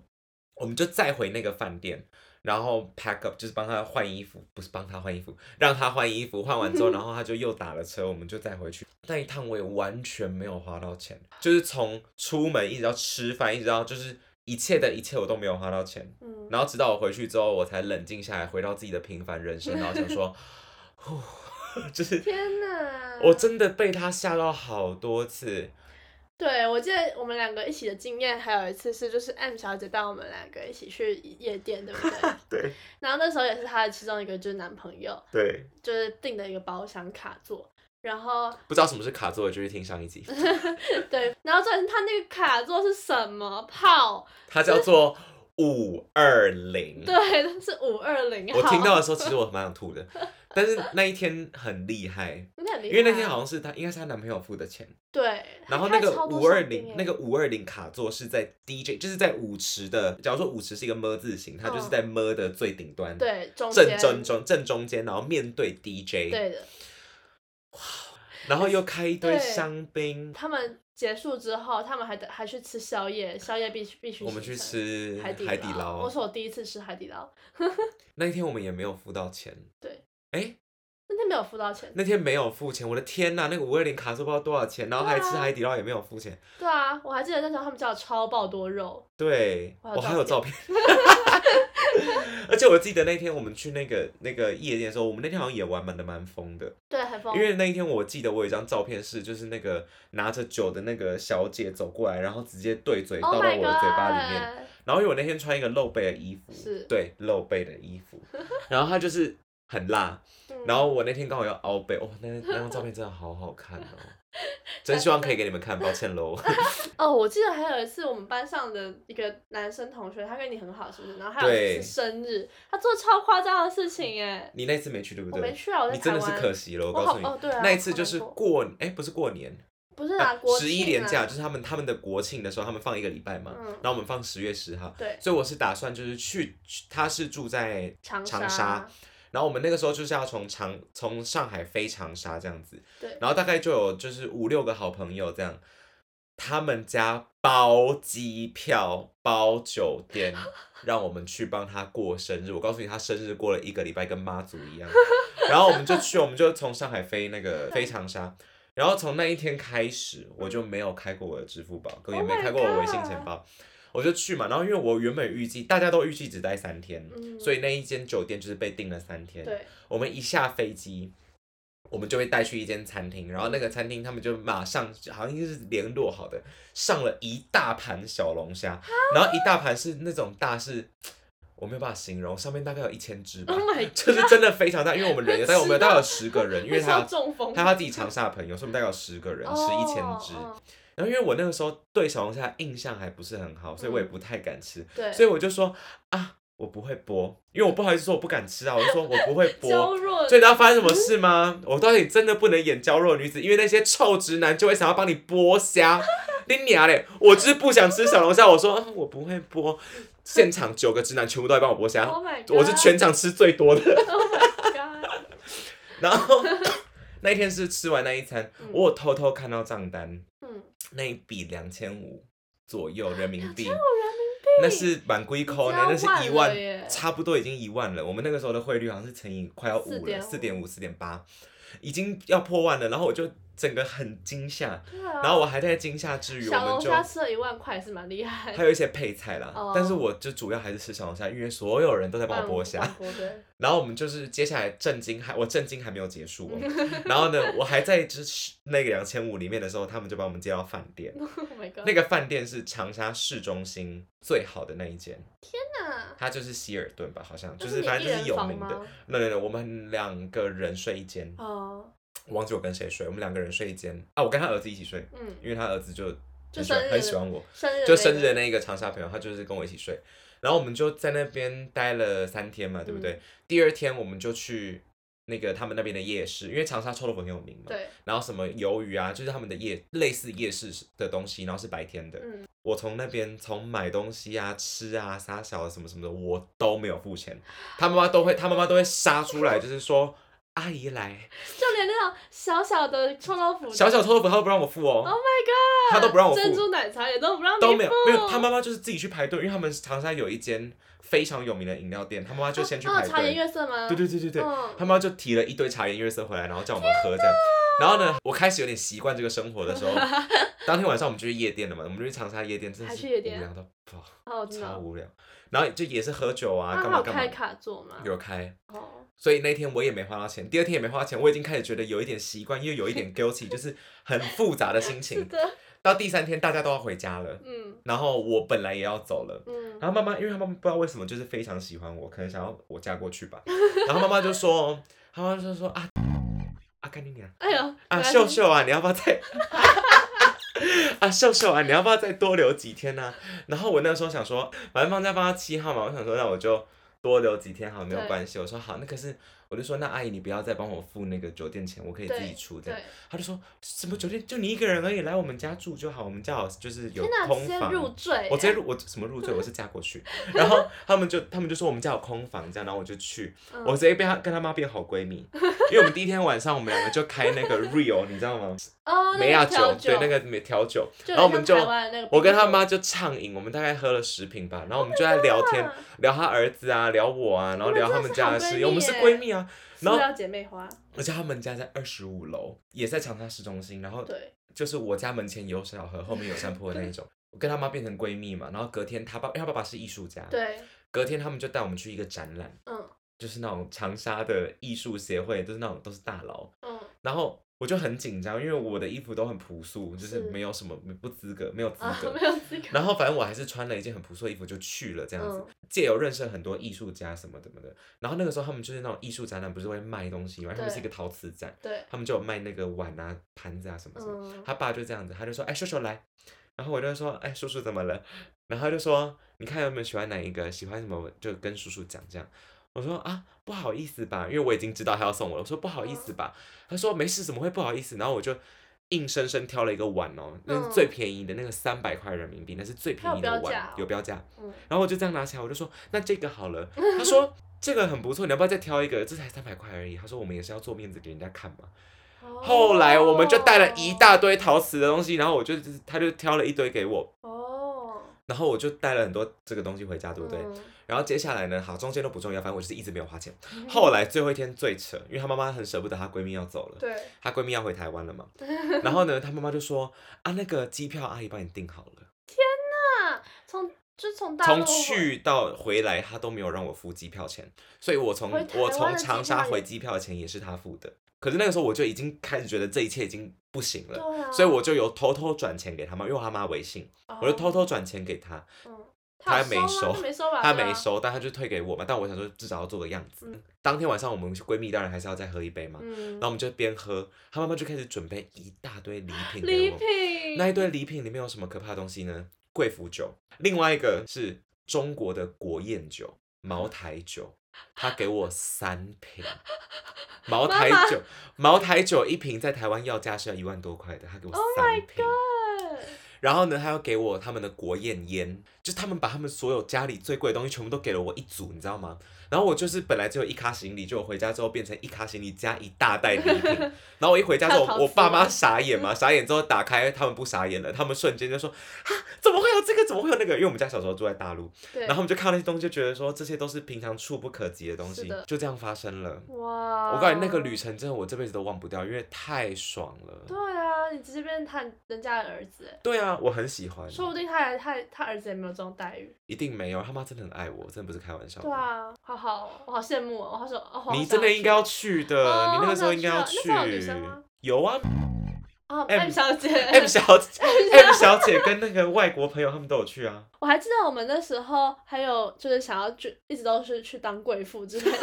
[SPEAKER 3] 我们就再回那个饭店，然后 pack up 就是帮他换衣服，不是帮他换衣服，让他换衣服。换完 之后，然后他就又打了车，我们就再回去。那一趟我也完全没有花到钱，就是从出门一直到吃饭，一直到就是一切的一切我都没有花到钱。
[SPEAKER 2] 嗯，
[SPEAKER 3] 然后直到我回去之后，我才冷静下来，回到自己的平凡人生，然后想说，呼， 就是
[SPEAKER 2] 天哪！
[SPEAKER 3] 我真的被他吓到好多次。
[SPEAKER 2] 对我记得我们两个一起的经验，还有一次是就是 M 小姐带我们两个一起去夜店，对不 对？
[SPEAKER 3] 对
[SPEAKER 2] 然后那时候也是她的其中一个就是男朋友，
[SPEAKER 3] 对，
[SPEAKER 2] 就是订的一个包厢卡座，然后
[SPEAKER 3] 不知道什么是卡座，的，就去听上一集，
[SPEAKER 2] 对，然后重点是他那个卡座是什么炮？
[SPEAKER 3] 它叫做五二零。
[SPEAKER 2] 对，是五二零
[SPEAKER 3] 我听到的时候，其实我蛮想吐 的，但是那一天很厉害，
[SPEAKER 2] 真的很厉
[SPEAKER 3] 因
[SPEAKER 2] 害，啊
[SPEAKER 3] 为那天好像是她，应该是她男朋友付的钱。
[SPEAKER 2] 对，
[SPEAKER 3] 然后
[SPEAKER 2] 她
[SPEAKER 3] 那
[SPEAKER 2] 开
[SPEAKER 3] 个
[SPEAKER 2] 超多
[SPEAKER 3] 五二
[SPEAKER 2] 香槟
[SPEAKER 3] 零
[SPEAKER 2] 耶，
[SPEAKER 3] 那个五二零卡座是在 DJ，就是在舞池的，假如说舞池是一个么字形，它就是
[SPEAKER 2] 嗯
[SPEAKER 3] 在么的最顶端，，
[SPEAKER 2] 对中
[SPEAKER 3] 正
[SPEAKER 2] 间
[SPEAKER 3] 正中正中间，然后面对 DJ，
[SPEAKER 2] 对的，
[SPEAKER 3] 然后又开一堆
[SPEAKER 2] 对
[SPEAKER 3] 香槟，
[SPEAKER 2] 他们结束之后，他们还得还去吃宵夜，宵夜必须必须
[SPEAKER 3] 我们去
[SPEAKER 2] 行程
[SPEAKER 3] 吃
[SPEAKER 2] 海底
[SPEAKER 3] 海底
[SPEAKER 2] 我
[SPEAKER 3] 捞，
[SPEAKER 2] 是我第一次吃海底捞，
[SPEAKER 3] 那一天我们也没有付到钱，
[SPEAKER 2] 对，
[SPEAKER 3] 哎，
[SPEAKER 2] 那天没有付到钱。
[SPEAKER 3] 那天没有付钱，我的天呐，那个五二零卡座不知道多少钱，然后还吃
[SPEAKER 2] 对啊
[SPEAKER 3] 海底捞也没有付钱，
[SPEAKER 2] 对啊，我还记得那时候他们叫超爆多肉，
[SPEAKER 3] 对，
[SPEAKER 2] 我还有
[SPEAKER 3] 我还有照
[SPEAKER 2] 照
[SPEAKER 3] 片。 而且我记得那天我们去那个那个夜店的时候，我们那天好像也玩蛮的蛮疯的，
[SPEAKER 2] 对，很疯
[SPEAKER 3] 因。为那一天我记得我有一张照片是，就是那个拿着酒的那个小姐走过来，然后直接对嘴倒
[SPEAKER 2] Oh
[SPEAKER 3] 到我
[SPEAKER 2] my
[SPEAKER 3] 的嘴
[SPEAKER 2] god！
[SPEAKER 3] 巴里面。然后因为我那天穿一个露背的衣服，
[SPEAKER 2] 是
[SPEAKER 3] 对露背的衣服， 然后她就是很辣，
[SPEAKER 2] 嗯
[SPEAKER 3] 然后我那天刚好要凹背，哇、那那张照片真的好好看哦，真希望可以给你们看，抱歉喽。
[SPEAKER 2] 哦，我记得还有一次我们班上的一个男生同学，他跟你很好，是不是？然后还有一
[SPEAKER 3] 对
[SPEAKER 2] 次生日，他做超夸张的事情耶。
[SPEAKER 3] 你那次没去对不嗯
[SPEAKER 2] 我
[SPEAKER 3] 对？
[SPEAKER 2] 没去啊，我在
[SPEAKER 3] 你
[SPEAKER 2] 台
[SPEAKER 3] 真
[SPEAKER 2] 湾。
[SPEAKER 3] 的是可惜了，我
[SPEAKER 2] 我
[SPEAKER 3] 告诉你，
[SPEAKER 2] 好哦对啊
[SPEAKER 3] 那一次
[SPEAKER 2] 好
[SPEAKER 3] 就
[SPEAKER 2] 难
[SPEAKER 3] 是
[SPEAKER 2] 过
[SPEAKER 3] 过，哎、不是过年，
[SPEAKER 2] 不是啊，国
[SPEAKER 3] 十一
[SPEAKER 2] 庆
[SPEAKER 3] 连
[SPEAKER 2] 啊
[SPEAKER 3] 假，就是他们他们的国庆的时候，他们放一个礼拜嘛，
[SPEAKER 2] 嗯
[SPEAKER 3] 然后我们放十月十号，
[SPEAKER 2] 对，
[SPEAKER 3] 所以我是打算就是去，去他是住在
[SPEAKER 2] 长
[SPEAKER 3] 长沙
[SPEAKER 2] 沙，
[SPEAKER 3] 然后我们那个时候就是要从长从上海飞长沙这样子，
[SPEAKER 2] 对
[SPEAKER 3] 然后大概就有就是五六个好朋友这样，他们家包机票包酒店，让我们去帮他过生日。我告诉你，他生日过了一个礼拜，跟妈祖一样。然后我们就去，我们就从上海飞那个飞长沙。然后从那一天开始，我就没有开过我的支付宝，跟也
[SPEAKER 2] Oh
[SPEAKER 3] 没
[SPEAKER 2] my
[SPEAKER 3] 开过我微信钱包，我就去嘛。然后因为我原本预计大家都预计只待三天，
[SPEAKER 2] 嗯
[SPEAKER 3] 所以那一间酒店就是被订了三天。
[SPEAKER 2] 对，
[SPEAKER 3] 我们一下飞机，我们就被带去一间餐厅，然后那个餐厅他们就马上好像就是联络好的，上了一大盘小龙虾，然后一大盘是那种大是，我没有办法形容，上面大概有一千只吧
[SPEAKER 2] Oh my，god
[SPEAKER 3] 就是真的非常大，因为我们 人有大概我们有大概有十个人，因为
[SPEAKER 2] 那时
[SPEAKER 3] 他
[SPEAKER 2] 候
[SPEAKER 3] 要
[SPEAKER 2] 中风，
[SPEAKER 3] 他要自己长沙的朋友，所以我们大概有十个人，吃一千只。
[SPEAKER 2] 哦哦
[SPEAKER 3] 然后因为我那个时候对小龙虾印象还不是很好，所以我也不太敢吃，
[SPEAKER 2] 对，
[SPEAKER 3] 所以我就说啊，我不会剥，因为我不好意思说我不敢吃啊，我就说我不会剥
[SPEAKER 2] 娇。 弱
[SPEAKER 3] 所以你知道发生什么事吗？我告诉你，真的不能演娇弱女子，因为那些臭直男就会想要帮你剥虾。 你娘嘞！我就是不想吃小龙虾，我说、嗯我不会剥。现场九个直男全部都在帮我剥虾，
[SPEAKER 2] ，Oh my god，
[SPEAKER 3] 我是全场吃最多的。
[SPEAKER 2] ，Oh my god，
[SPEAKER 3] 然后 那一天是吃完那一餐，
[SPEAKER 2] 嗯
[SPEAKER 3] 我有偷偷看到账单，
[SPEAKER 2] 嗯，
[SPEAKER 3] 那一笔两千五左右人民币，
[SPEAKER 2] 人
[SPEAKER 3] 那是蛮贵扣呢，那
[SPEAKER 2] 你
[SPEAKER 3] 是
[SPEAKER 2] 知道
[SPEAKER 3] 一
[SPEAKER 2] 万
[SPEAKER 3] 万
[SPEAKER 2] 了耶，
[SPEAKER 3] 差不多已经一万了。我们那个时候的汇率好像是乘以快要五了，四点
[SPEAKER 2] 4.5
[SPEAKER 3] 五、四点八，已经要破万了。然后我就整个很惊吓，
[SPEAKER 2] 民币，对啊
[SPEAKER 3] 然后我还在惊吓之余，我
[SPEAKER 2] 小
[SPEAKER 3] 们
[SPEAKER 2] 龙
[SPEAKER 3] 就
[SPEAKER 2] 虾吃了一万块也是蛮厉害，
[SPEAKER 3] 还有一些配菜啦
[SPEAKER 2] 哦，
[SPEAKER 3] 但是我就主要还是吃小龙虾，因为所有人都在帮我剥虾。
[SPEAKER 2] 万国对，
[SPEAKER 3] 然后我们就是接下来震惊还我震惊还没有结 束、哦，然后呢，我还在之那个两千五里面的时候，他们就把我们接到饭店，
[SPEAKER 2] ，Oh my god，
[SPEAKER 3] 那个饭店是长沙市中心最好的那一间，
[SPEAKER 2] 那
[SPEAKER 3] 它就是希尔顿吧，好像就
[SPEAKER 2] 就是你
[SPEAKER 3] 反正
[SPEAKER 2] 一
[SPEAKER 3] 就是
[SPEAKER 2] 人
[SPEAKER 3] 有
[SPEAKER 2] 房
[SPEAKER 3] 名的
[SPEAKER 2] 吗。
[SPEAKER 3] 那那那，我们两个人睡一间，
[SPEAKER 2] 哦，
[SPEAKER 3] 我忘记我跟谁睡，我们两个人睡一间啊，我跟他儿子一起睡，
[SPEAKER 2] 嗯，
[SPEAKER 3] 因为他儿子就
[SPEAKER 2] 就
[SPEAKER 3] 很喜欢
[SPEAKER 2] 生日
[SPEAKER 3] 很喜欢我，
[SPEAKER 2] 生日
[SPEAKER 3] 就生日
[SPEAKER 2] 那
[SPEAKER 3] 的那一个长沙朋友，他就是跟我一起睡，然后我们就在那边待了三天嘛，对不
[SPEAKER 2] 嗯
[SPEAKER 3] 对？第二天我们就去那个他们那边的夜市，因为长沙臭豆腐很有名
[SPEAKER 2] 个
[SPEAKER 3] 嘛，
[SPEAKER 2] 对，
[SPEAKER 3] 然后什么鱿鱼啊，就是他们的夜类似夜市的东西，然后是白天的。
[SPEAKER 2] 嗯
[SPEAKER 3] 我从那边从买东西啊、吃啊、撒小什么什么的，我都没有付钱，他妈妈都会，他妈妈都会杀出来，就是说阿姨来，
[SPEAKER 2] 就连那种小小的臭豆腐，
[SPEAKER 3] 小小臭豆腐他都不让我付哦。
[SPEAKER 2] Oh my god！
[SPEAKER 3] 他都不让我付
[SPEAKER 2] 珍珠奶茶也都不让你
[SPEAKER 3] 都没有
[SPEAKER 2] 付，
[SPEAKER 3] 没有，他妈妈就是自己去排队，因为他们长沙有一间非常有名的饮料店，他妈妈就先去
[SPEAKER 2] 哦，
[SPEAKER 3] 排
[SPEAKER 2] 茶颜
[SPEAKER 3] 队。
[SPEAKER 2] 悦色吗？
[SPEAKER 3] 对对对对对，
[SPEAKER 2] 嗯
[SPEAKER 3] 他妈就提了一堆茶颜悦色回来，然后叫我们喝这样。然后呢，我开始有点习惯这个生活的 时候，当天晚上我们就去夜店了嘛，我们就去长沙夜店，真的
[SPEAKER 2] 还
[SPEAKER 3] 是
[SPEAKER 2] 去夜店啊
[SPEAKER 3] 无聊到爆，
[SPEAKER 2] 哦，真的
[SPEAKER 3] 超
[SPEAKER 2] 哦。
[SPEAKER 3] 无聊。然后就也是喝酒啊，
[SPEAKER 2] 那
[SPEAKER 3] 干
[SPEAKER 2] 他
[SPEAKER 3] 嘛
[SPEAKER 2] 有
[SPEAKER 3] 干
[SPEAKER 2] 开
[SPEAKER 3] 嘛，
[SPEAKER 2] 卡座吗？
[SPEAKER 3] 有开。
[SPEAKER 2] 哦，
[SPEAKER 3] 所以那天我也没花到钱，第二天也没花到钱，我已经开始觉得有一点习惯，又有一 点 guilty，就是很复杂的心
[SPEAKER 2] 是
[SPEAKER 3] 情。
[SPEAKER 2] 的，
[SPEAKER 3] 到第三天大家都要回家了，
[SPEAKER 2] 嗯
[SPEAKER 3] 然后我本来也要走了。
[SPEAKER 2] 嗯，
[SPEAKER 3] 然后妈妈，因为她妈妈不知道为什么就是非常喜欢我，可能想要我嫁过去 吧。然后妈妈就说，她妈妈就说啊啊，干你娘
[SPEAKER 2] 哎呦，
[SPEAKER 3] 啊，
[SPEAKER 2] 原来
[SPEAKER 3] 秀
[SPEAKER 2] 是，
[SPEAKER 3] 秀啊，你要不要再 啊秀秀啊，你要不要再多留几天呢、然后我那时候想说，反正放假放到七号嘛，我想说那我就多留几天好，没有
[SPEAKER 2] 对
[SPEAKER 3] 关系。我说好，那可是我就说那阿姨你不要再帮我付那个酒店钱，我可以自己出这样。
[SPEAKER 2] 对，
[SPEAKER 3] 他就说什么酒店就你一个人而已，来我们家住就好，我们家好就是有
[SPEAKER 2] 天哪，
[SPEAKER 3] 空
[SPEAKER 2] 直接
[SPEAKER 3] 房。
[SPEAKER 2] 入啊赘，
[SPEAKER 3] 我直接入我什么入赘，我是嫁过去，然后他们就他们就说我们家有空房这样，然后我就去，
[SPEAKER 2] 嗯
[SPEAKER 3] 我直接被她跟她妈变好闺蜜，因为我们第一天晚上我们两个就开 那个 real，你知道吗？
[SPEAKER 2] 哦，
[SPEAKER 3] 梅
[SPEAKER 2] 那
[SPEAKER 3] 亚
[SPEAKER 2] 个调
[SPEAKER 3] 对那个美调酒，
[SPEAKER 2] 就
[SPEAKER 3] 然后我们
[SPEAKER 2] 很
[SPEAKER 3] 就
[SPEAKER 2] 像台湾的那个
[SPEAKER 3] 我跟
[SPEAKER 2] 冰
[SPEAKER 3] 他
[SPEAKER 2] 酒
[SPEAKER 3] 妈就畅饮，我们大概喝了十瓶
[SPEAKER 2] Oh
[SPEAKER 3] 吧，然后我们就在聊天，聊他儿子啊，聊我啊，然后
[SPEAKER 2] 你们
[SPEAKER 3] 聊
[SPEAKER 2] 真
[SPEAKER 3] 他
[SPEAKER 2] 的
[SPEAKER 3] 们
[SPEAKER 2] 是
[SPEAKER 3] 家
[SPEAKER 2] 好
[SPEAKER 3] 的
[SPEAKER 2] 闺
[SPEAKER 3] 事
[SPEAKER 2] 蜜
[SPEAKER 3] 业，我们是
[SPEAKER 2] 耶
[SPEAKER 3] 闺蜜啊，
[SPEAKER 2] 塑
[SPEAKER 3] 然后
[SPEAKER 2] 料姐妹花，
[SPEAKER 3] 而且他们家在二十五楼，也在长沙市中心，然后
[SPEAKER 2] 对，
[SPEAKER 3] 就是我家门前有小河，后面有山坡的那一 种。我跟他妈变成闺蜜嘛，然后隔天他爸，因为他爸爸是艺术家，
[SPEAKER 2] 对，
[SPEAKER 3] 隔天他们就带我们去一个展览，
[SPEAKER 2] 嗯
[SPEAKER 3] 就是那种长沙的艺术协会，就是那种都是大佬。
[SPEAKER 2] 嗯，
[SPEAKER 3] 然后我就很紧张，因为我的衣服都很朴素，就是
[SPEAKER 2] 是
[SPEAKER 3] 没有什么不资格，没有资
[SPEAKER 2] 啊，
[SPEAKER 3] 格。
[SPEAKER 2] 没有资格，
[SPEAKER 3] 然后反正我还是穿了一件很朴素的衣服就去了，这样子
[SPEAKER 2] 嗯
[SPEAKER 3] 借由认识很多艺术家什么什么的。然后那个时候他们就是那种艺术展览，不是会卖东西嘛？他们
[SPEAKER 2] 对
[SPEAKER 3] 是一个陶瓷展，
[SPEAKER 2] 对，
[SPEAKER 3] 他们就有卖那个碗啊、盘子啊什么什么。
[SPEAKER 2] 嗯，
[SPEAKER 3] 他爸就这样子，他就说：“哎，叔叔来。”然后我就说：“哎，叔叔怎么了？”然后他就说：“你看有没有喜欢哪一个？喜欢什么就跟叔叔讲这样。”我说：“啊，不好意思吧，因为我已经知道他要送我了。”我说：“不好意
[SPEAKER 2] 嗯
[SPEAKER 3] 思吧。”他说：“没事，怎么会不好意思？”然后我就硬生生挑了一个碗哦，那
[SPEAKER 2] 嗯
[SPEAKER 3] 是最便宜的那个三百块人民币，那是最便宜
[SPEAKER 2] 还
[SPEAKER 3] 的
[SPEAKER 2] 有标价
[SPEAKER 3] 碗
[SPEAKER 2] 哦，
[SPEAKER 3] 有标价。
[SPEAKER 2] 嗯
[SPEAKER 3] 然后我就这样拿起来，我就说：“那这个好 了。”他说：“这个很不错，你要不要再挑一个？这才三百块而已。”他说：“我们也是要做面子给人家看嘛。”后来我们就带了一大堆陶瓷的东西，然后我就他就挑了一堆给我，
[SPEAKER 2] 哦，
[SPEAKER 3] 然后我就带了很多这个东西回家，对不对？
[SPEAKER 2] 嗯
[SPEAKER 3] 然后接下来呢，好，中间都不重要，反正我就是一直没有花钱。后来最后一天最扯，因为她妈妈很舍不得她闺蜜要走了，
[SPEAKER 2] 对，
[SPEAKER 3] 她闺蜜要回台湾了嘛， 然后呢，她妈妈就说啊，那个机票阿姨帮你订好了。
[SPEAKER 2] 那从就从大陆
[SPEAKER 3] 从去到回来，她都没有让我付机票钱，所以我从
[SPEAKER 2] 回台湾
[SPEAKER 3] 我从
[SPEAKER 2] 的机
[SPEAKER 3] 长
[SPEAKER 2] 票
[SPEAKER 3] 沙
[SPEAKER 2] 也
[SPEAKER 3] 回机票的钱也是她付的。可是那个时候我就已经开始觉得这一切已经不行了
[SPEAKER 2] 回，对啊，
[SPEAKER 3] 所以我就有偷偷转钱给他妈，因为我他妈微信，我就偷偷转钱给他，
[SPEAKER 2] 哦，嗯
[SPEAKER 3] 他
[SPEAKER 2] 有
[SPEAKER 3] 没
[SPEAKER 2] 吗
[SPEAKER 3] 收
[SPEAKER 2] 他没收吧？
[SPEAKER 3] 他
[SPEAKER 2] 对啊
[SPEAKER 3] 没，收，但他就退给我嘛。但我想说，至少要做个样子
[SPEAKER 2] 嗯。
[SPEAKER 3] 当天晚上我们闺蜜当然还是要再喝一杯嘛，
[SPEAKER 2] 嗯
[SPEAKER 3] 然后我，们就边喝，他妈妈就开始准备一大堆礼品
[SPEAKER 2] 礼
[SPEAKER 3] 给我。
[SPEAKER 2] 品
[SPEAKER 3] 那一堆礼品里面有什么可怕的东西呢？贵腐酒，另外一个是中国的国宴酒，茅台酒，他给我三 瓶。茅台
[SPEAKER 2] 妈妈
[SPEAKER 3] 酒，茅台酒一瓶在台湾要价是要一万多块的，他给我
[SPEAKER 2] Oh
[SPEAKER 3] 三瓶。
[SPEAKER 2] 对
[SPEAKER 3] 然后呢，他要给我他们的国宴烟，就是他们把他们所有家里最贵的东西全部都给了我一组，你知道吗？然后我就是本来只有一卡行李，就我回家之后变成一卡行李加一大袋礼品。 然后我一回家之后，
[SPEAKER 2] 还有
[SPEAKER 3] 我
[SPEAKER 2] 陶
[SPEAKER 3] 我
[SPEAKER 2] 瓷
[SPEAKER 3] 爸妈
[SPEAKER 2] 吗
[SPEAKER 3] 傻眼嘛，傻眼之后打开，他们不傻眼了，他们瞬间就说啊，怎么会有这个？怎么会有那个？因为我们家小时候住在大陆，
[SPEAKER 2] 对，
[SPEAKER 3] 然后他们就看到那些东西，就觉得说这些都是平常触不可及的东
[SPEAKER 2] 是
[SPEAKER 3] 西
[SPEAKER 2] 的，
[SPEAKER 3] 就这样发生了。
[SPEAKER 2] 哇，
[SPEAKER 3] 我告诉你，那个旅程真的我这辈子都忘不掉，因为太爽了。
[SPEAKER 2] 对啊，你直接变成他人家的儿子欸，
[SPEAKER 3] 对啊，我很喜欢。
[SPEAKER 2] 说不定他还他他儿子也没有这种待遇。
[SPEAKER 3] 一定没有，他妈真的很爱我，真的不是开玩笑的。
[SPEAKER 2] 对啊，好好哦，我好羡慕哦，我好想，哦、我好
[SPEAKER 3] 你
[SPEAKER 2] 想
[SPEAKER 3] 真的应该要去的，
[SPEAKER 2] 哦
[SPEAKER 3] 你那个时候应该要
[SPEAKER 2] 那时候有女生吗
[SPEAKER 3] 有 啊
[SPEAKER 2] 哦
[SPEAKER 3] M-
[SPEAKER 2] ，M 小姐
[SPEAKER 3] ，M 小姐，M 小姐跟那个外国朋友他们都有去啊。
[SPEAKER 2] 我还记得我们那时候还有就是想要去，一直都是去当贵妇之类的，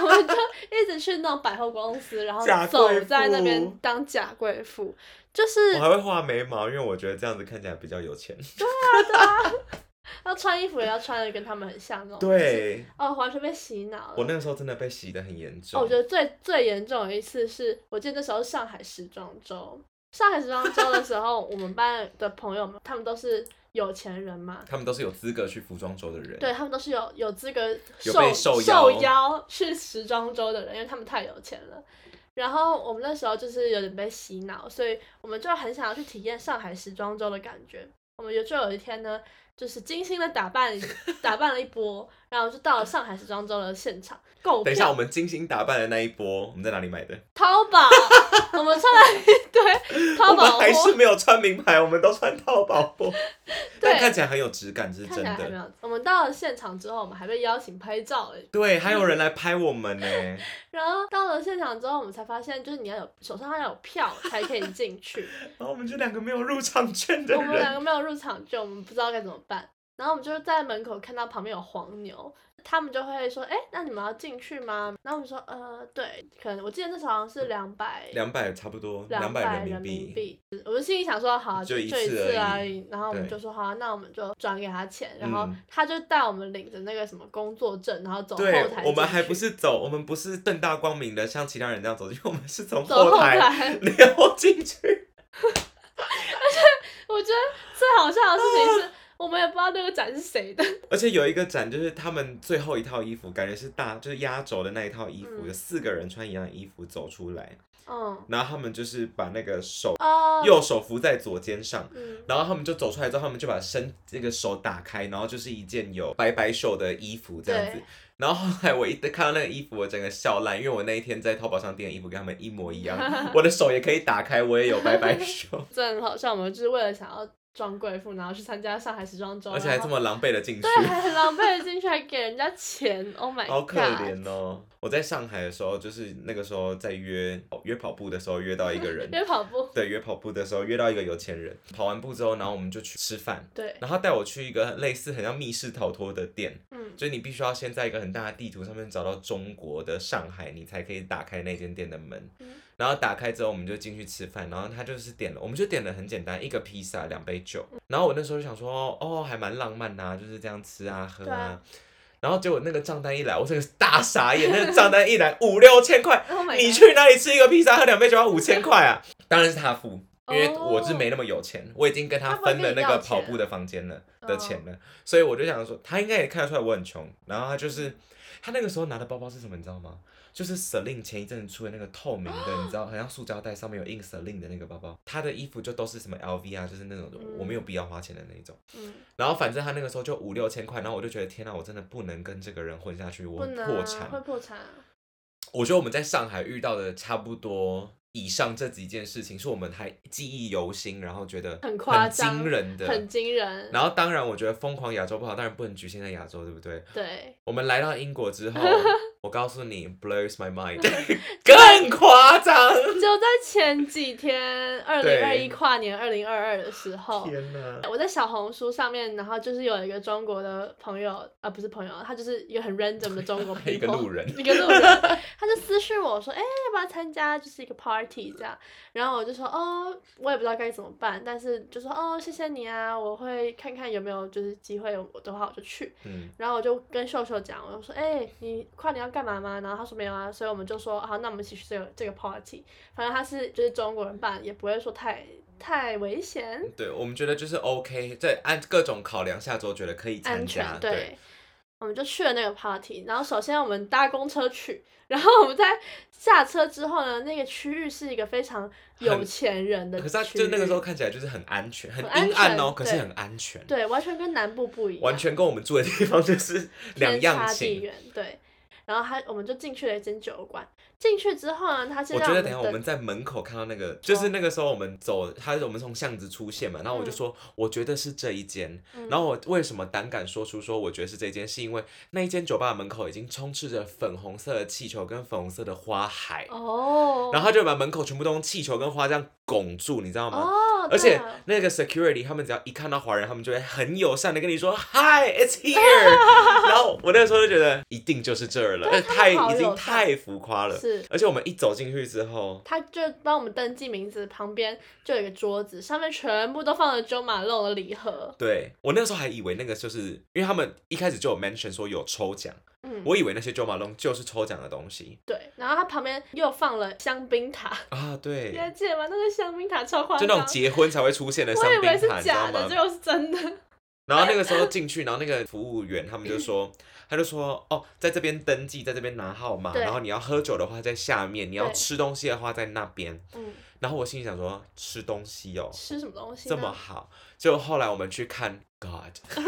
[SPEAKER 2] 我们就一直去那种百货公司，然后
[SPEAKER 3] 假
[SPEAKER 2] 走
[SPEAKER 3] 贵妇
[SPEAKER 2] 在那边当假贵妇， 就是
[SPEAKER 3] 我还会画眉毛，因为我觉得这样子看起来比较有钱。
[SPEAKER 2] 要穿衣服也要穿的跟他们很像那种。就是，
[SPEAKER 3] 对，
[SPEAKER 2] 哦，完全被洗脑了。
[SPEAKER 3] 我那个时候真的被洗得很严重。
[SPEAKER 2] 哦，我觉得最最严重的一次是，我记得那时候上海时装周，上海时装周的时候，我们班的朋友们，他们都是有钱人嘛，
[SPEAKER 3] 他们都是有资格去服装周的人。
[SPEAKER 2] 对他们都是有有资格
[SPEAKER 3] 有
[SPEAKER 2] 受
[SPEAKER 3] 被受邀
[SPEAKER 2] 邀去时装周的人，因为他们太有钱了。然后我们那时候就是有点被洗脑，所以我们就很想要去体验上海时装周的感觉。我们有就有一天呢，就是精心的打扮 打扮了一波，然后就到了上海时装周的现场购
[SPEAKER 3] 等一下，
[SPEAKER 2] 票
[SPEAKER 3] 我。们精心打扮的那一波，我们在哪里买的？
[SPEAKER 2] 淘宝，我们穿了一堆 淘
[SPEAKER 3] 我们
[SPEAKER 2] 宝
[SPEAKER 3] 还是
[SPEAKER 2] 货，
[SPEAKER 3] 没有穿名牌，我们都穿淘宝 货，但看起来很有质感，这是
[SPEAKER 2] 看
[SPEAKER 3] 真
[SPEAKER 2] 起来还没
[SPEAKER 3] 的。
[SPEAKER 2] 有。我们到了现场之后，我们还被邀请拍照诶。
[SPEAKER 3] 对，还
[SPEAKER 2] 嗯
[SPEAKER 3] 有人来拍我们呢。
[SPEAKER 2] 然后到了现场之后，我们才发现，就是你要有手上要有票才 可以进去。
[SPEAKER 3] 然后我们就两个没有入场券的
[SPEAKER 2] 我们两
[SPEAKER 3] 人，
[SPEAKER 2] 个没有入场券，我们不知道该怎么办。然后我们就在门口看到旁边有黄牛，他们就会说：“哎，那你们要进去吗？”然后我们说：“呃，对，可能我记得那时候好像是两百
[SPEAKER 3] 两百差不多，两
[SPEAKER 2] 百
[SPEAKER 3] 百人
[SPEAKER 2] 民
[SPEAKER 3] 民币。
[SPEAKER 2] 币。”我就心里想说：“好、啊，
[SPEAKER 3] 就
[SPEAKER 2] 就
[SPEAKER 3] 一
[SPEAKER 2] 一
[SPEAKER 3] 次
[SPEAKER 2] 次
[SPEAKER 3] 而
[SPEAKER 2] 而
[SPEAKER 3] 已
[SPEAKER 2] 已。”然后我们
[SPEAKER 3] 对
[SPEAKER 2] 就说：“好啊、那我们就转给他钱。”然后
[SPEAKER 3] 嗯
[SPEAKER 2] 他就带我们领着那个什么工作证，然后走后
[SPEAKER 3] 对
[SPEAKER 2] 台进去。，
[SPEAKER 3] 我们还不是走，我们不是正大光明的像其他人这样走进去，我们是从
[SPEAKER 2] 走后
[SPEAKER 3] 台
[SPEAKER 2] 台。
[SPEAKER 3] 溜进去。
[SPEAKER 2] 我觉得最好笑的事情是，我们也不知道那个展是谁的。
[SPEAKER 3] 而且有一个展，就是他们最后一套衣服，感觉是大就是压轴的那一套衣服，
[SPEAKER 2] 嗯
[SPEAKER 3] 有四个人穿一样的衣服走出来，
[SPEAKER 2] 嗯，
[SPEAKER 3] 然后他们就是把那个手
[SPEAKER 2] 哦，
[SPEAKER 3] 右手扶在左肩上，
[SPEAKER 2] 嗯，
[SPEAKER 3] 然后他们就走出来之后，他们就把身那个手打开，然后就是一件有白白袖的衣服这样子
[SPEAKER 2] 对。，
[SPEAKER 3] 然后后来我一看到那个衣服，我整个笑烂，因为我那一天在淘宝上订的衣服跟他们一模一样，我的手也可以打开，我也有白白袖
[SPEAKER 2] 真的很好笑。我们就是为了想要装贵妇，然后去参加上海时装周，
[SPEAKER 3] 而且还这
[SPEAKER 2] 然后
[SPEAKER 3] 么狼狈的进去，
[SPEAKER 2] 啊对，还啊很狼狈的进去，还给人家钱。Oh my god！
[SPEAKER 3] 好可怜 哦。我在上海的时候，就是那个时候在约约跑步的时候约到一个人
[SPEAKER 2] 因，为跑步，
[SPEAKER 3] 对，约跑步的时候约到一个有钱人，跑完步之后，然后我们就去吃饭，
[SPEAKER 2] 对，
[SPEAKER 3] 然后他带我去一个类似很像密室逃脱的店，
[SPEAKER 2] 嗯，
[SPEAKER 3] 所以你必须要先在一个很大的地图上面找到中国的上海，你才可以打开那间店的门。
[SPEAKER 2] 嗯
[SPEAKER 3] 然后打开之后，我们就进去吃饭，然后他就是点了，我们就点了很简单，一个披萨，两杯酒。
[SPEAKER 2] 嗯
[SPEAKER 3] 然后我那时候就想说，哦，还蛮浪漫呐、就是这样吃啊喝
[SPEAKER 2] 对
[SPEAKER 3] 啊
[SPEAKER 2] 啊。
[SPEAKER 3] 然后结果那个账单一来，我这个大傻眼，那个账单一来五六千块，
[SPEAKER 2] Oh my god！
[SPEAKER 3] 你去哪里吃一个披萨喝两杯酒要五千块啊？ 当然是他付，因为
[SPEAKER 2] 哦
[SPEAKER 3] 我是没那么有钱，我已经跟他分了那个跑步的房间了
[SPEAKER 2] 他不
[SPEAKER 3] 的
[SPEAKER 2] 会跟你要钱
[SPEAKER 3] 钱了，所以我就想说，他应该也看得出来我很穷。然后他就是他那个时候拿的包包是什么，你知道吗？就是 Celine 前一阵子出的那个透明的，你知 道，好像塑胶袋上面有印 Celine 的那个包包，他的衣服就都是什么 LV 啊，就是那种
[SPEAKER 2] 嗯
[SPEAKER 3] 我没有必要花钱的那一种。
[SPEAKER 2] 嗯，
[SPEAKER 3] 然后反正他那个时候就五六千块，然后我就觉得天啊哪，我真的不能跟这个人混下去，我
[SPEAKER 2] 不
[SPEAKER 3] 会
[SPEAKER 2] 能
[SPEAKER 3] 破
[SPEAKER 2] 啊
[SPEAKER 3] 产，
[SPEAKER 2] 会破产啊。
[SPEAKER 3] 我觉得我们在上海遇到的差不多以上这几件事情，是我们还记忆犹新，然后觉得
[SPEAKER 2] 很夸张
[SPEAKER 3] 惊人的
[SPEAKER 2] 很。惊人，
[SPEAKER 3] 然后当然，我觉得疯狂亚洲不好，当然不能局限在亚洲，对不对？
[SPEAKER 2] 对，
[SPEAKER 3] 我们来到英国 之后，我告诉你，blows my mind，更夸张。
[SPEAKER 2] 就在前几天，二零二
[SPEAKER 3] 对
[SPEAKER 2] 一跨年二零二二的时候，
[SPEAKER 3] 天 哪！
[SPEAKER 2] 我在小红书上面，然后就是有一个中国的朋友，啊，不是朋友，他就是一个很 random 的中国 people，
[SPEAKER 3] 一个路人
[SPEAKER 2] 一个路人，他就私信我说，哎、要不要参加就是一个 party 这样，然后我就说，哦，我也不知道该怎么办，但是就说，哦，谢谢你啊，我会看看有没有就是机会，我的话我就去，
[SPEAKER 3] 嗯，
[SPEAKER 2] 然后我就跟秀秀讲，我就说，哎、你跨年要干嘛吗？然后他说没有啊，所以我们就说，好，那我们一起去这个这个 party，反正他是就是中国人办，也不会说太太危险。
[SPEAKER 3] 对，我们觉得就是 OK，在按各种考量下之后，觉得可以参
[SPEAKER 2] 安全
[SPEAKER 3] 加。，
[SPEAKER 2] 对。我们就去了那个 party，然后首先我们搭公车去，然后我们在下车之后呢，那个区域是一个非常有
[SPEAKER 3] 很
[SPEAKER 2] 钱人的
[SPEAKER 3] 可
[SPEAKER 2] 区域，
[SPEAKER 3] 是他就那个时候看起来就是很安全，很
[SPEAKER 2] 很安
[SPEAKER 3] 阴暗
[SPEAKER 2] 全
[SPEAKER 3] 哦，可是
[SPEAKER 2] 对
[SPEAKER 3] 很安全。
[SPEAKER 2] 对，完全跟南部不一样，
[SPEAKER 3] 完全跟我们住的地方 就是两
[SPEAKER 2] 天
[SPEAKER 3] 样
[SPEAKER 2] 差地
[SPEAKER 3] 情。
[SPEAKER 2] 远，对。然后他我们就进去了一间酒馆，进去之后呢，他是
[SPEAKER 3] 我
[SPEAKER 2] 让
[SPEAKER 3] 觉得
[SPEAKER 2] 们
[SPEAKER 3] 等一下
[SPEAKER 2] 哦等
[SPEAKER 3] 我们在门口看到那个，就是那个时候我们走，他我们从巷子出现嘛，然后我就说，我觉得是这一间。
[SPEAKER 2] 嗯
[SPEAKER 3] 然后我为什么胆敢说出说我觉得是这间，是因为那一间酒吧的门口已经充斥着粉红色的气球跟粉红色的花海，
[SPEAKER 2] 哦，
[SPEAKER 3] 然后他就把门口全部都用气球跟花这样拱住，你知道吗？
[SPEAKER 2] 哦，
[SPEAKER 3] 而且
[SPEAKER 2] 对啊
[SPEAKER 3] 那个 security 他们只要一看到华人，他们就会很友善的跟你说 Hi, it's here 。 然后我那个时候就觉得一定就是这儿了，
[SPEAKER 2] 对
[SPEAKER 3] 呃太
[SPEAKER 2] 他们好
[SPEAKER 3] 已经
[SPEAKER 2] 友善
[SPEAKER 3] 太浮夸了。
[SPEAKER 2] 是
[SPEAKER 3] 而且我们一走进去之后，
[SPEAKER 2] 他就帮我们登记名字，旁边就有一个桌子，上面全部都放了九马肉的礼盒，
[SPEAKER 3] 对我那时候还以为那个就是因为他们一开始就有 mention 说有抽奖，
[SPEAKER 2] 嗯，
[SPEAKER 3] 我以为那些 Jo Malone 就是抽奖的东西
[SPEAKER 2] 对，然后它旁边又放了香槟塔，
[SPEAKER 3] 啊，对
[SPEAKER 2] 你，还记得吗？那个香槟塔超夸
[SPEAKER 3] 就
[SPEAKER 2] 张，
[SPEAKER 3] 那种结婚才会出现的
[SPEAKER 2] 我
[SPEAKER 3] 香
[SPEAKER 2] 以为
[SPEAKER 3] 槟
[SPEAKER 2] 是
[SPEAKER 3] 塔，你知道
[SPEAKER 2] 假
[SPEAKER 3] 吗
[SPEAKER 2] 的，结？果是真的。
[SPEAKER 3] 然后那个时候进去，然后那个服务员他们就说， 他就说哦，在这边登记，在这边拿号码，
[SPEAKER 2] 对
[SPEAKER 3] 然后你要喝酒的话在下面，你要
[SPEAKER 2] 对
[SPEAKER 3] 吃东西的话在那边。
[SPEAKER 2] 嗯，
[SPEAKER 3] 然后我心里想说，吃东西哦，
[SPEAKER 2] 吃什么东西？啊
[SPEAKER 3] 这么？好。结果后来我们去看 God，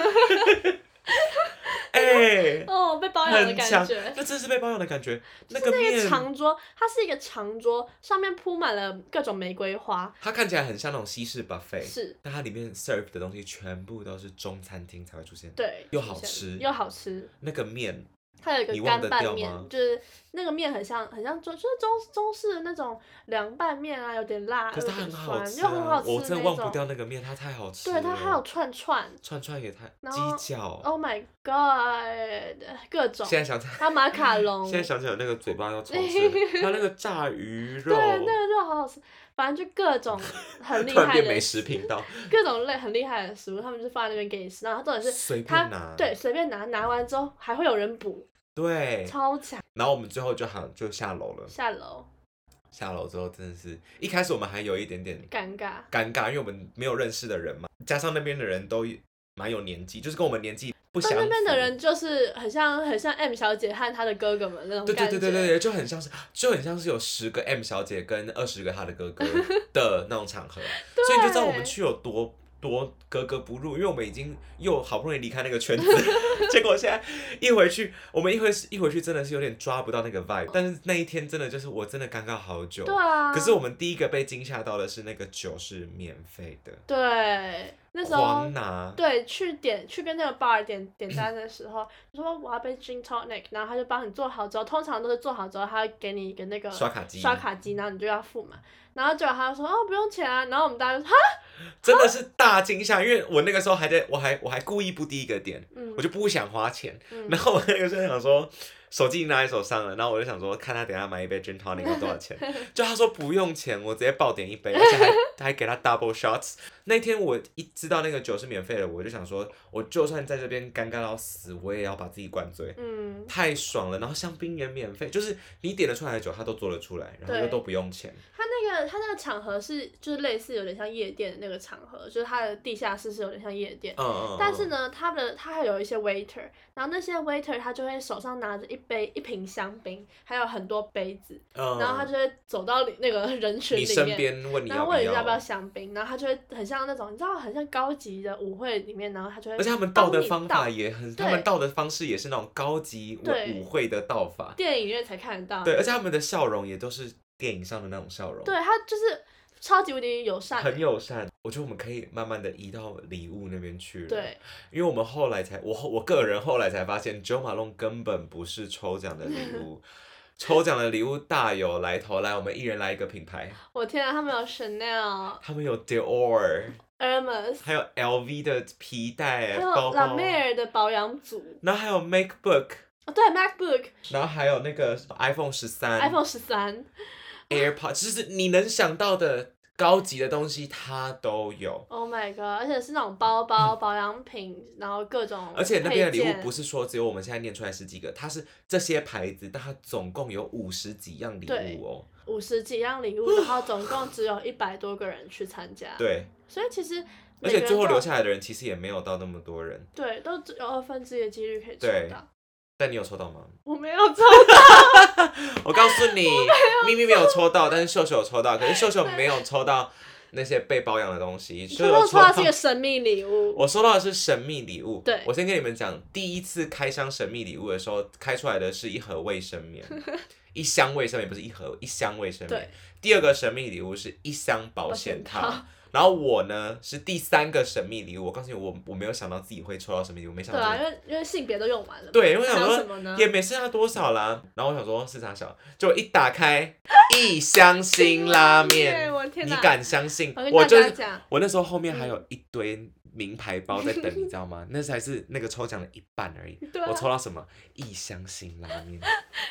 [SPEAKER 3] 哎、
[SPEAKER 2] 哦，被包养的
[SPEAKER 3] 很
[SPEAKER 2] 感
[SPEAKER 3] 强
[SPEAKER 2] 觉，。
[SPEAKER 3] 那真是被包养的感觉。那
[SPEAKER 2] 是
[SPEAKER 3] 个
[SPEAKER 2] 那个
[SPEAKER 3] 面，
[SPEAKER 2] 长桌，它是一个长桌，上面铺满了各种玫瑰花，
[SPEAKER 3] 它看起来很像那种西式 buffet，
[SPEAKER 2] 是
[SPEAKER 3] 但它里面 serve 的东西全部都是中餐厅才会出现。，
[SPEAKER 2] 对，
[SPEAKER 3] 又
[SPEAKER 2] 是
[SPEAKER 3] 好
[SPEAKER 2] 这样
[SPEAKER 3] 吃
[SPEAKER 2] 又好吃。
[SPEAKER 3] 那个面
[SPEAKER 2] 它有一
[SPEAKER 3] 你
[SPEAKER 2] 个
[SPEAKER 3] 忘
[SPEAKER 2] 干
[SPEAKER 3] 得掉
[SPEAKER 2] 拌面
[SPEAKER 3] 吗，
[SPEAKER 2] 就是那个面很像很像中，就是中中式的那种凉拌面啊，有点辣，
[SPEAKER 3] 可是它
[SPEAKER 2] 有点
[SPEAKER 3] 很好
[SPEAKER 2] 酸，
[SPEAKER 3] 吃、
[SPEAKER 2] 又很好
[SPEAKER 3] 啊，
[SPEAKER 2] 吃
[SPEAKER 3] 我真的忘
[SPEAKER 2] 那
[SPEAKER 3] 不
[SPEAKER 2] 种。
[SPEAKER 3] 掉那个面，它太好吃了。
[SPEAKER 2] 对，它还有串串
[SPEAKER 3] 串串也太
[SPEAKER 2] 然后
[SPEAKER 3] 鸡脚。
[SPEAKER 2] ，Oh my God，各种，
[SPEAKER 3] 现在想起来，
[SPEAKER 2] 还有马卡龙。
[SPEAKER 3] 现在想起来有那个嘴巴要抽筋，还有那 个炸鱼肉，
[SPEAKER 2] 对，那个肉好好吃，反正就 各种很厉
[SPEAKER 3] 突然
[SPEAKER 2] 害
[SPEAKER 3] 变美
[SPEAKER 2] 的，
[SPEAKER 3] 食频道，
[SPEAKER 2] 各种类很厉害的食物，他们就放在那边给你吃。然后重点是
[SPEAKER 3] 随
[SPEAKER 2] 他
[SPEAKER 3] 便拿。
[SPEAKER 2] 对随便拿，拿完之后还会有人补，
[SPEAKER 3] 对，
[SPEAKER 2] 超强。
[SPEAKER 3] 然后我们最后就喊就下楼了。
[SPEAKER 2] 下楼
[SPEAKER 3] 下楼之后真的是一开始我们还有一点点
[SPEAKER 2] 尴尬，
[SPEAKER 3] 尴尬，因为我们没有认识的人嘛，加上那边的人都蛮有年纪，就是跟我们年纪不相
[SPEAKER 2] 但
[SPEAKER 3] 符。
[SPEAKER 2] 那边的人就是很像很像 M 小姐和她的哥哥们那种
[SPEAKER 3] 对
[SPEAKER 2] 感
[SPEAKER 3] 对
[SPEAKER 2] 觉，
[SPEAKER 3] 对对对，对就很像是就很像是有十个 M 小姐跟二十个她的哥 哥的那种场合，所以你就知道我们去有多多格格不入，因为我们已经又好不容易离开那个圈 子，结果现在一回去，我们一回一回去真的是有点抓不到那个 vibe，但是那一天真的就是我真的尴尬好久。
[SPEAKER 2] 对啊。
[SPEAKER 3] 可是我们第一个被惊吓到的是那个酒是免费的，
[SPEAKER 2] 对那时候
[SPEAKER 3] 狂拿，
[SPEAKER 2] 对去点去跟那个 bar 点点单的时候，你说我要杯 gin tonic，然后他就帮你做好之后，通常都是做好之后，他会给你一个那个
[SPEAKER 3] 刷卡机
[SPEAKER 2] 刷卡机，然后你就要付嘛。然后结果他就说哦不用钱啊，然后我们大家就说哈
[SPEAKER 3] 真的是大惊吓，因为我那个时候还在，我还我还故意不第一个点，
[SPEAKER 2] 嗯
[SPEAKER 3] 我就不想花钱。
[SPEAKER 2] 嗯
[SPEAKER 3] 然后我那个时候想说，手机已经拿在手上了，然后我就想说，看他等一下买一杯 gin tonic 要多少 钱。就他说不用钱，我直接爆点一杯，而且还还给他 double shots。那天我一知道那个酒是免费的，我就想说，我就算在这边尴尬到死，我也要把自己灌醉。
[SPEAKER 2] 嗯
[SPEAKER 3] 太爽了，然后香槟也免费，就是你点得出来的酒，他都做得出来，然后又
[SPEAKER 2] 对
[SPEAKER 3] 都不用钱。
[SPEAKER 2] 他那个他那个场合是就是类似有点像夜店的那个场合，就是他的地下室是有点像夜店。
[SPEAKER 3] 嗯嗯嗯。
[SPEAKER 2] 但是呢，他的他还有一些 waiter，然后那些 waiter 他就会手上拿着一杯一瓶香槟，还有很多杯子，
[SPEAKER 3] 嗯，
[SPEAKER 2] 然后他就会走到你那个人群
[SPEAKER 3] 你身
[SPEAKER 2] 里面，
[SPEAKER 3] 边问你
[SPEAKER 2] 然
[SPEAKER 3] 要
[SPEAKER 2] 后
[SPEAKER 3] 不
[SPEAKER 2] 问人家要不要
[SPEAKER 3] 要，
[SPEAKER 2] 香槟，然后他就会很像那种你知道很像高级的舞会里面，然后他就会
[SPEAKER 3] 而且他们
[SPEAKER 2] 帮
[SPEAKER 3] 倒的
[SPEAKER 2] 你
[SPEAKER 3] 方
[SPEAKER 2] 倒
[SPEAKER 3] 法也很，
[SPEAKER 2] 对
[SPEAKER 3] 他们倒的方式也是那种高级
[SPEAKER 2] 对
[SPEAKER 3] 舞舞会的倒法。
[SPEAKER 2] 电影院才看得到，
[SPEAKER 3] 对，而且他们的笑容也都是电影上的那种笑容，
[SPEAKER 2] 对，啊他就是超级无敌友善，
[SPEAKER 3] 很友善。我觉得我们可以慢慢的移到礼物那边去了。，
[SPEAKER 2] 对，
[SPEAKER 3] 因为我们后来才，我后我个人后来才发现，Jo Malone 根本不是抽奖的礼 物，抽奖的礼物大有来头。来，我们一人来一个品牌，
[SPEAKER 2] 我天啊，他们有 Chanel、
[SPEAKER 3] 他们有 Dior，
[SPEAKER 2] Hermes，
[SPEAKER 3] 还有 LV 的皮带、
[SPEAKER 2] 还
[SPEAKER 3] 包
[SPEAKER 2] 有
[SPEAKER 3] 包
[SPEAKER 2] 拉，梅尔的保养组，
[SPEAKER 3] 然后还有 MacBook，
[SPEAKER 2] 哦对，MacBook、
[SPEAKER 3] 然后还有那个 iPhone 十三、
[SPEAKER 2] iPhone 十三，
[SPEAKER 3] AirPod，就是你能想到的高级的东西，它都有。
[SPEAKER 2] Oh my god！而且是那种包包、保养品，然后各种
[SPEAKER 3] 而且那边的礼
[SPEAKER 2] 配
[SPEAKER 3] 物
[SPEAKER 2] 件
[SPEAKER 3] 不是说只有我们现在念出来十几个，它是这些牌子，但它总共有五十几样礼
[SPEAKER 2] 对
[SPEAKER 3] 物哦。
[SPEAKER 2] 五十几样礼 物，然后总共只有一百多个人去参加，，
[SPEAKER 3] 对，
[SPEAKER 2] 所以其实
[SPEAKER 3] 而
[SPEAKER 2] 啊每个
[SPEAKER 3] 且
[SPEAKER 2] 人
[SPEAKER 3] 最后
[SPEAKER 2] 都
[SPEAKER 3] 留下来的人其实也没有到那么多人。
[SPEAKER 2] 对都只有二分之一的几率可以抽
[SPEAKER 3] 对
[SPEAKER 2] 到，
[SPEAKER 3] 但你有抽到吗？
[SPEAKER 2] 我没有抽
[SPEAKER 3] 我告诉你，咪咪没有抽到，但是秀秀有抽到，可是秀秀没有抽到那些被包养的东 西。秀秀
[SPEAKER 2] 到，到
[SPEAKER 3] 抽
[SPEAKER 2] 抽到这个神秘礼物，
[SPEAKER 3] 我收到的是神秘礼物。
[SPEAKER 2] 对
[SPEAKER 3] 我先跟你们讲，第一次开箱神秘礼物的时候，开出来的是一盒卫生 棉，一箱卫生棉不是一盒，一箱卫生棉
[SPEAKER 2] 对。
[SPEAKER 3] 第二个神秘礼物是一箱保险
[SPEAKER 2] 保
[SPEAKER 3] 套
[SPEAKER 2] 险。
[SPEAKER 3] 然后我呢是第三个神秘礼物，我告诉你，我我没有想到自己会抽到神秘礼物，没想
[SPEAKER 2] 对
[SPEAKER 3] 到、
[SPEAKER 2] 啊，因为因为性别都用完了嘛，
[SPEAKER 3] 对，因为我
[SPEAKER 2] 还
[SPEAKER 3] 想
[SPEAKER 2] 有什么呢
[SPEAKER 3] 说？也没剩下多少啦。然后我想说是啥小，就一打开一箱辛拉面，
[SPEAKER 2] 啊我的天
[SPEAKER 3] 你
[SPEAKER 2] 哪！
[SPEAKER 3] 敢相信？
[SPEAKER 2] 我跟
[SPEAKER 3] 我
[SPEAKER 2] 大
[SPEAKER 3] 就
[SPEAKER 2] 家
[SPEAKER 3] 是
[SPEAKER 2] 讲，
[SPEAKER 3] 我那时候后面还有一堆名牌包在等，你知道 吗？那才是那个抽奖的一半而已。
[SPEAKER 2] 对啊
[SPEAKER 3] 我抽到什么？一箱辛拉面，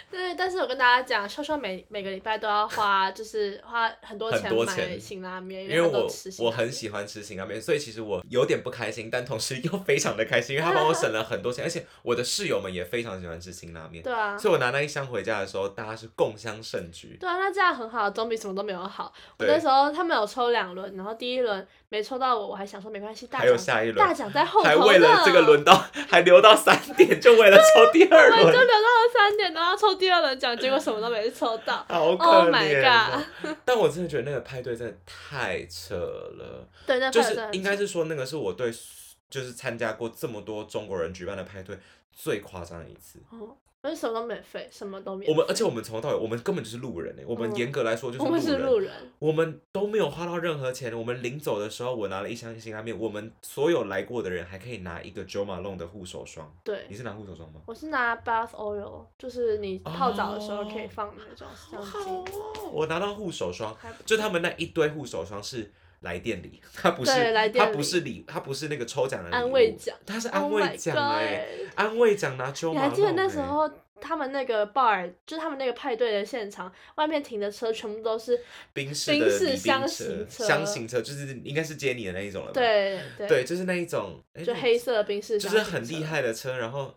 [SPEAKER 2] 对，但是我跟大家讲，秀秀每每个礼拜都要花，就是花很多
[SPEAKER 3] 很
[SPEAKER 2] 钱
[SPEAKER 3] 多
[SPEAKER 2] 买
[SPEAKER 3] 钱
[SPEAKER 2] 辛拉面，
[SPEAKER 3] 因
[SPEAKER 2] 为
[SPEAKER 3] 为
[SPEAKER 2] 他都
[SPEAKER 3] 我
[SPEAKER 2] 吃辛
[SPEAKER 3] 我
[SPEAKER 2] 拉
[SPEAKER 3] 很
[SPEAKER 2] 面
[SPEAKER 3] 喜欢吃辛拉面，所以其实我有点不开心，但同时又非常的开心，因为 他帮我省了很多钱，而且我的室友们也非常喜欢吃辛拉面，
[SPEAKER 2] 对啊，
[SPEAKER 3] 所以我拿那一箱回家的时候，大家是共襄盛举。
[SPEAKER 2] 对啊，那这样很好，总比什么都没有好。我
[SPEAKER 3] 对
[SPEAKER 2] 那时候他们有抽两轮，然后第一轮没抽到我，我还想说没关系，大
[SPEAKER 3] 还有
[SPEAKER 2] 奖
[SPEAKER 3] 下一轮
[SPEAKER 2] 大奖在后头
[SPEAKER 3] 还为了
[SPEAKER 2] 呢
[SPEAKER 3] 这个轮到，还留到三点，就为了抽第二
[SPEAKER 2] 我就留
[SPEAKER 3] 轮，。
[SPEAKER 2] 到了三点，然后抽第二轮奖，结果什么都没抽到
[SPEAKER 3] 好可
[SPEAKER 2] Oh my
[SPEAKER 3] 怜、哦。 但我真的觉得那个派对真的太扯了。
[SPEAKER 2] 对，那
[SPEAKER 3] 就
[SPEAKER 2] 朋友
[SPEAKER 3] 是
[SPEAKER 2] 真的很
[SPEAKER 3] 应该
[SPEAKER 2] 扯
[SPEAKER 3] 是说那个是我对就是参加过这么多中国人举办的派对最夸张的一次。
[SPEAKER 2] 哦，而且什么都免费，什么都免
[SPEAKER 3] 我
[SPEAKER 2] 费。
[SPEAKER 3] 们而且我们从头到尾，我们根本就是路人哎、我们
[SPEAKER 2] 嗯
[SPEAKER 3] 严格来说就是
[SPEAKER 2] 我
[SPEAKER 3] 路
[SPEAKER 2] 们是
[SPEAKER 3] 人。
[SPEAKER 2] 路人，
[SPEAKER 3] 我们都没有花到任何钱。我们临走的时候，我拿了一箱辛拉面。我们所有来过的人还可以拿一个 Jo Malone 的护手霜。
[SPEAKER 2] 对
[SPEAKER 3] 你。是拿护手霜吗？
[SPEAKER 2] 我是拿 bath oil，就是你泡澡的时候可以
[SPEAKER 3] 哦
[SPEAKER 2] 放的那种香
[SPEAKER 3] 好
[SPEAKER 2] 精。
[SPEAKER 3] 哦！我拿到护手霜
[SPEAKER 2] 还不，
[SPEAKER 3] 就他们那一堆护手霜是来店里，它不是
[SPEAKER 2] 对来店
[SPEAKER 3] 它
[SPEAKER 2] 里
[SPEAKER 3] 不是礼，它不是那个抽奖的礼物
[SPEAKER 2] 安慰奖，
[SPEAKER 3] 它是
[SPEAKER 2] Oh
[SPEAKER 3] 安慰
[SPEAKER 2] my
[SPEAKER 3] 奖哎、
[SPEAKER 2] God
[SPEAKER 3] 安慰奖拿 Jo Malone
[SPEAKER 2] 你还记得那
[SPEAKER 3] 哎
[SPEAKER 2] 时候他们那个 bar，就是他们那个派对的现场，外面停的车全部都是，
[SPEAKER 3] 宾士
[SPEAKER 2] 宾
[SPEAKER 3] 的
[SPEAKER 2] 士
[SPEAKER 3] 礼宾
[SPEAKER 2] 箱
[SPEAKER 3] 车
[SPEAKER 2] 型车
[SPEAKER 3] 箱型车就是应该是接你的那一种了吧？
[SPEAKER 2] 对对，
[SPEAKER 3] 对，就是那一种，哎
[SPEAKER 2] 就黑色的冰室，
[SPEAKER 3] 就是很厉。害的车，然后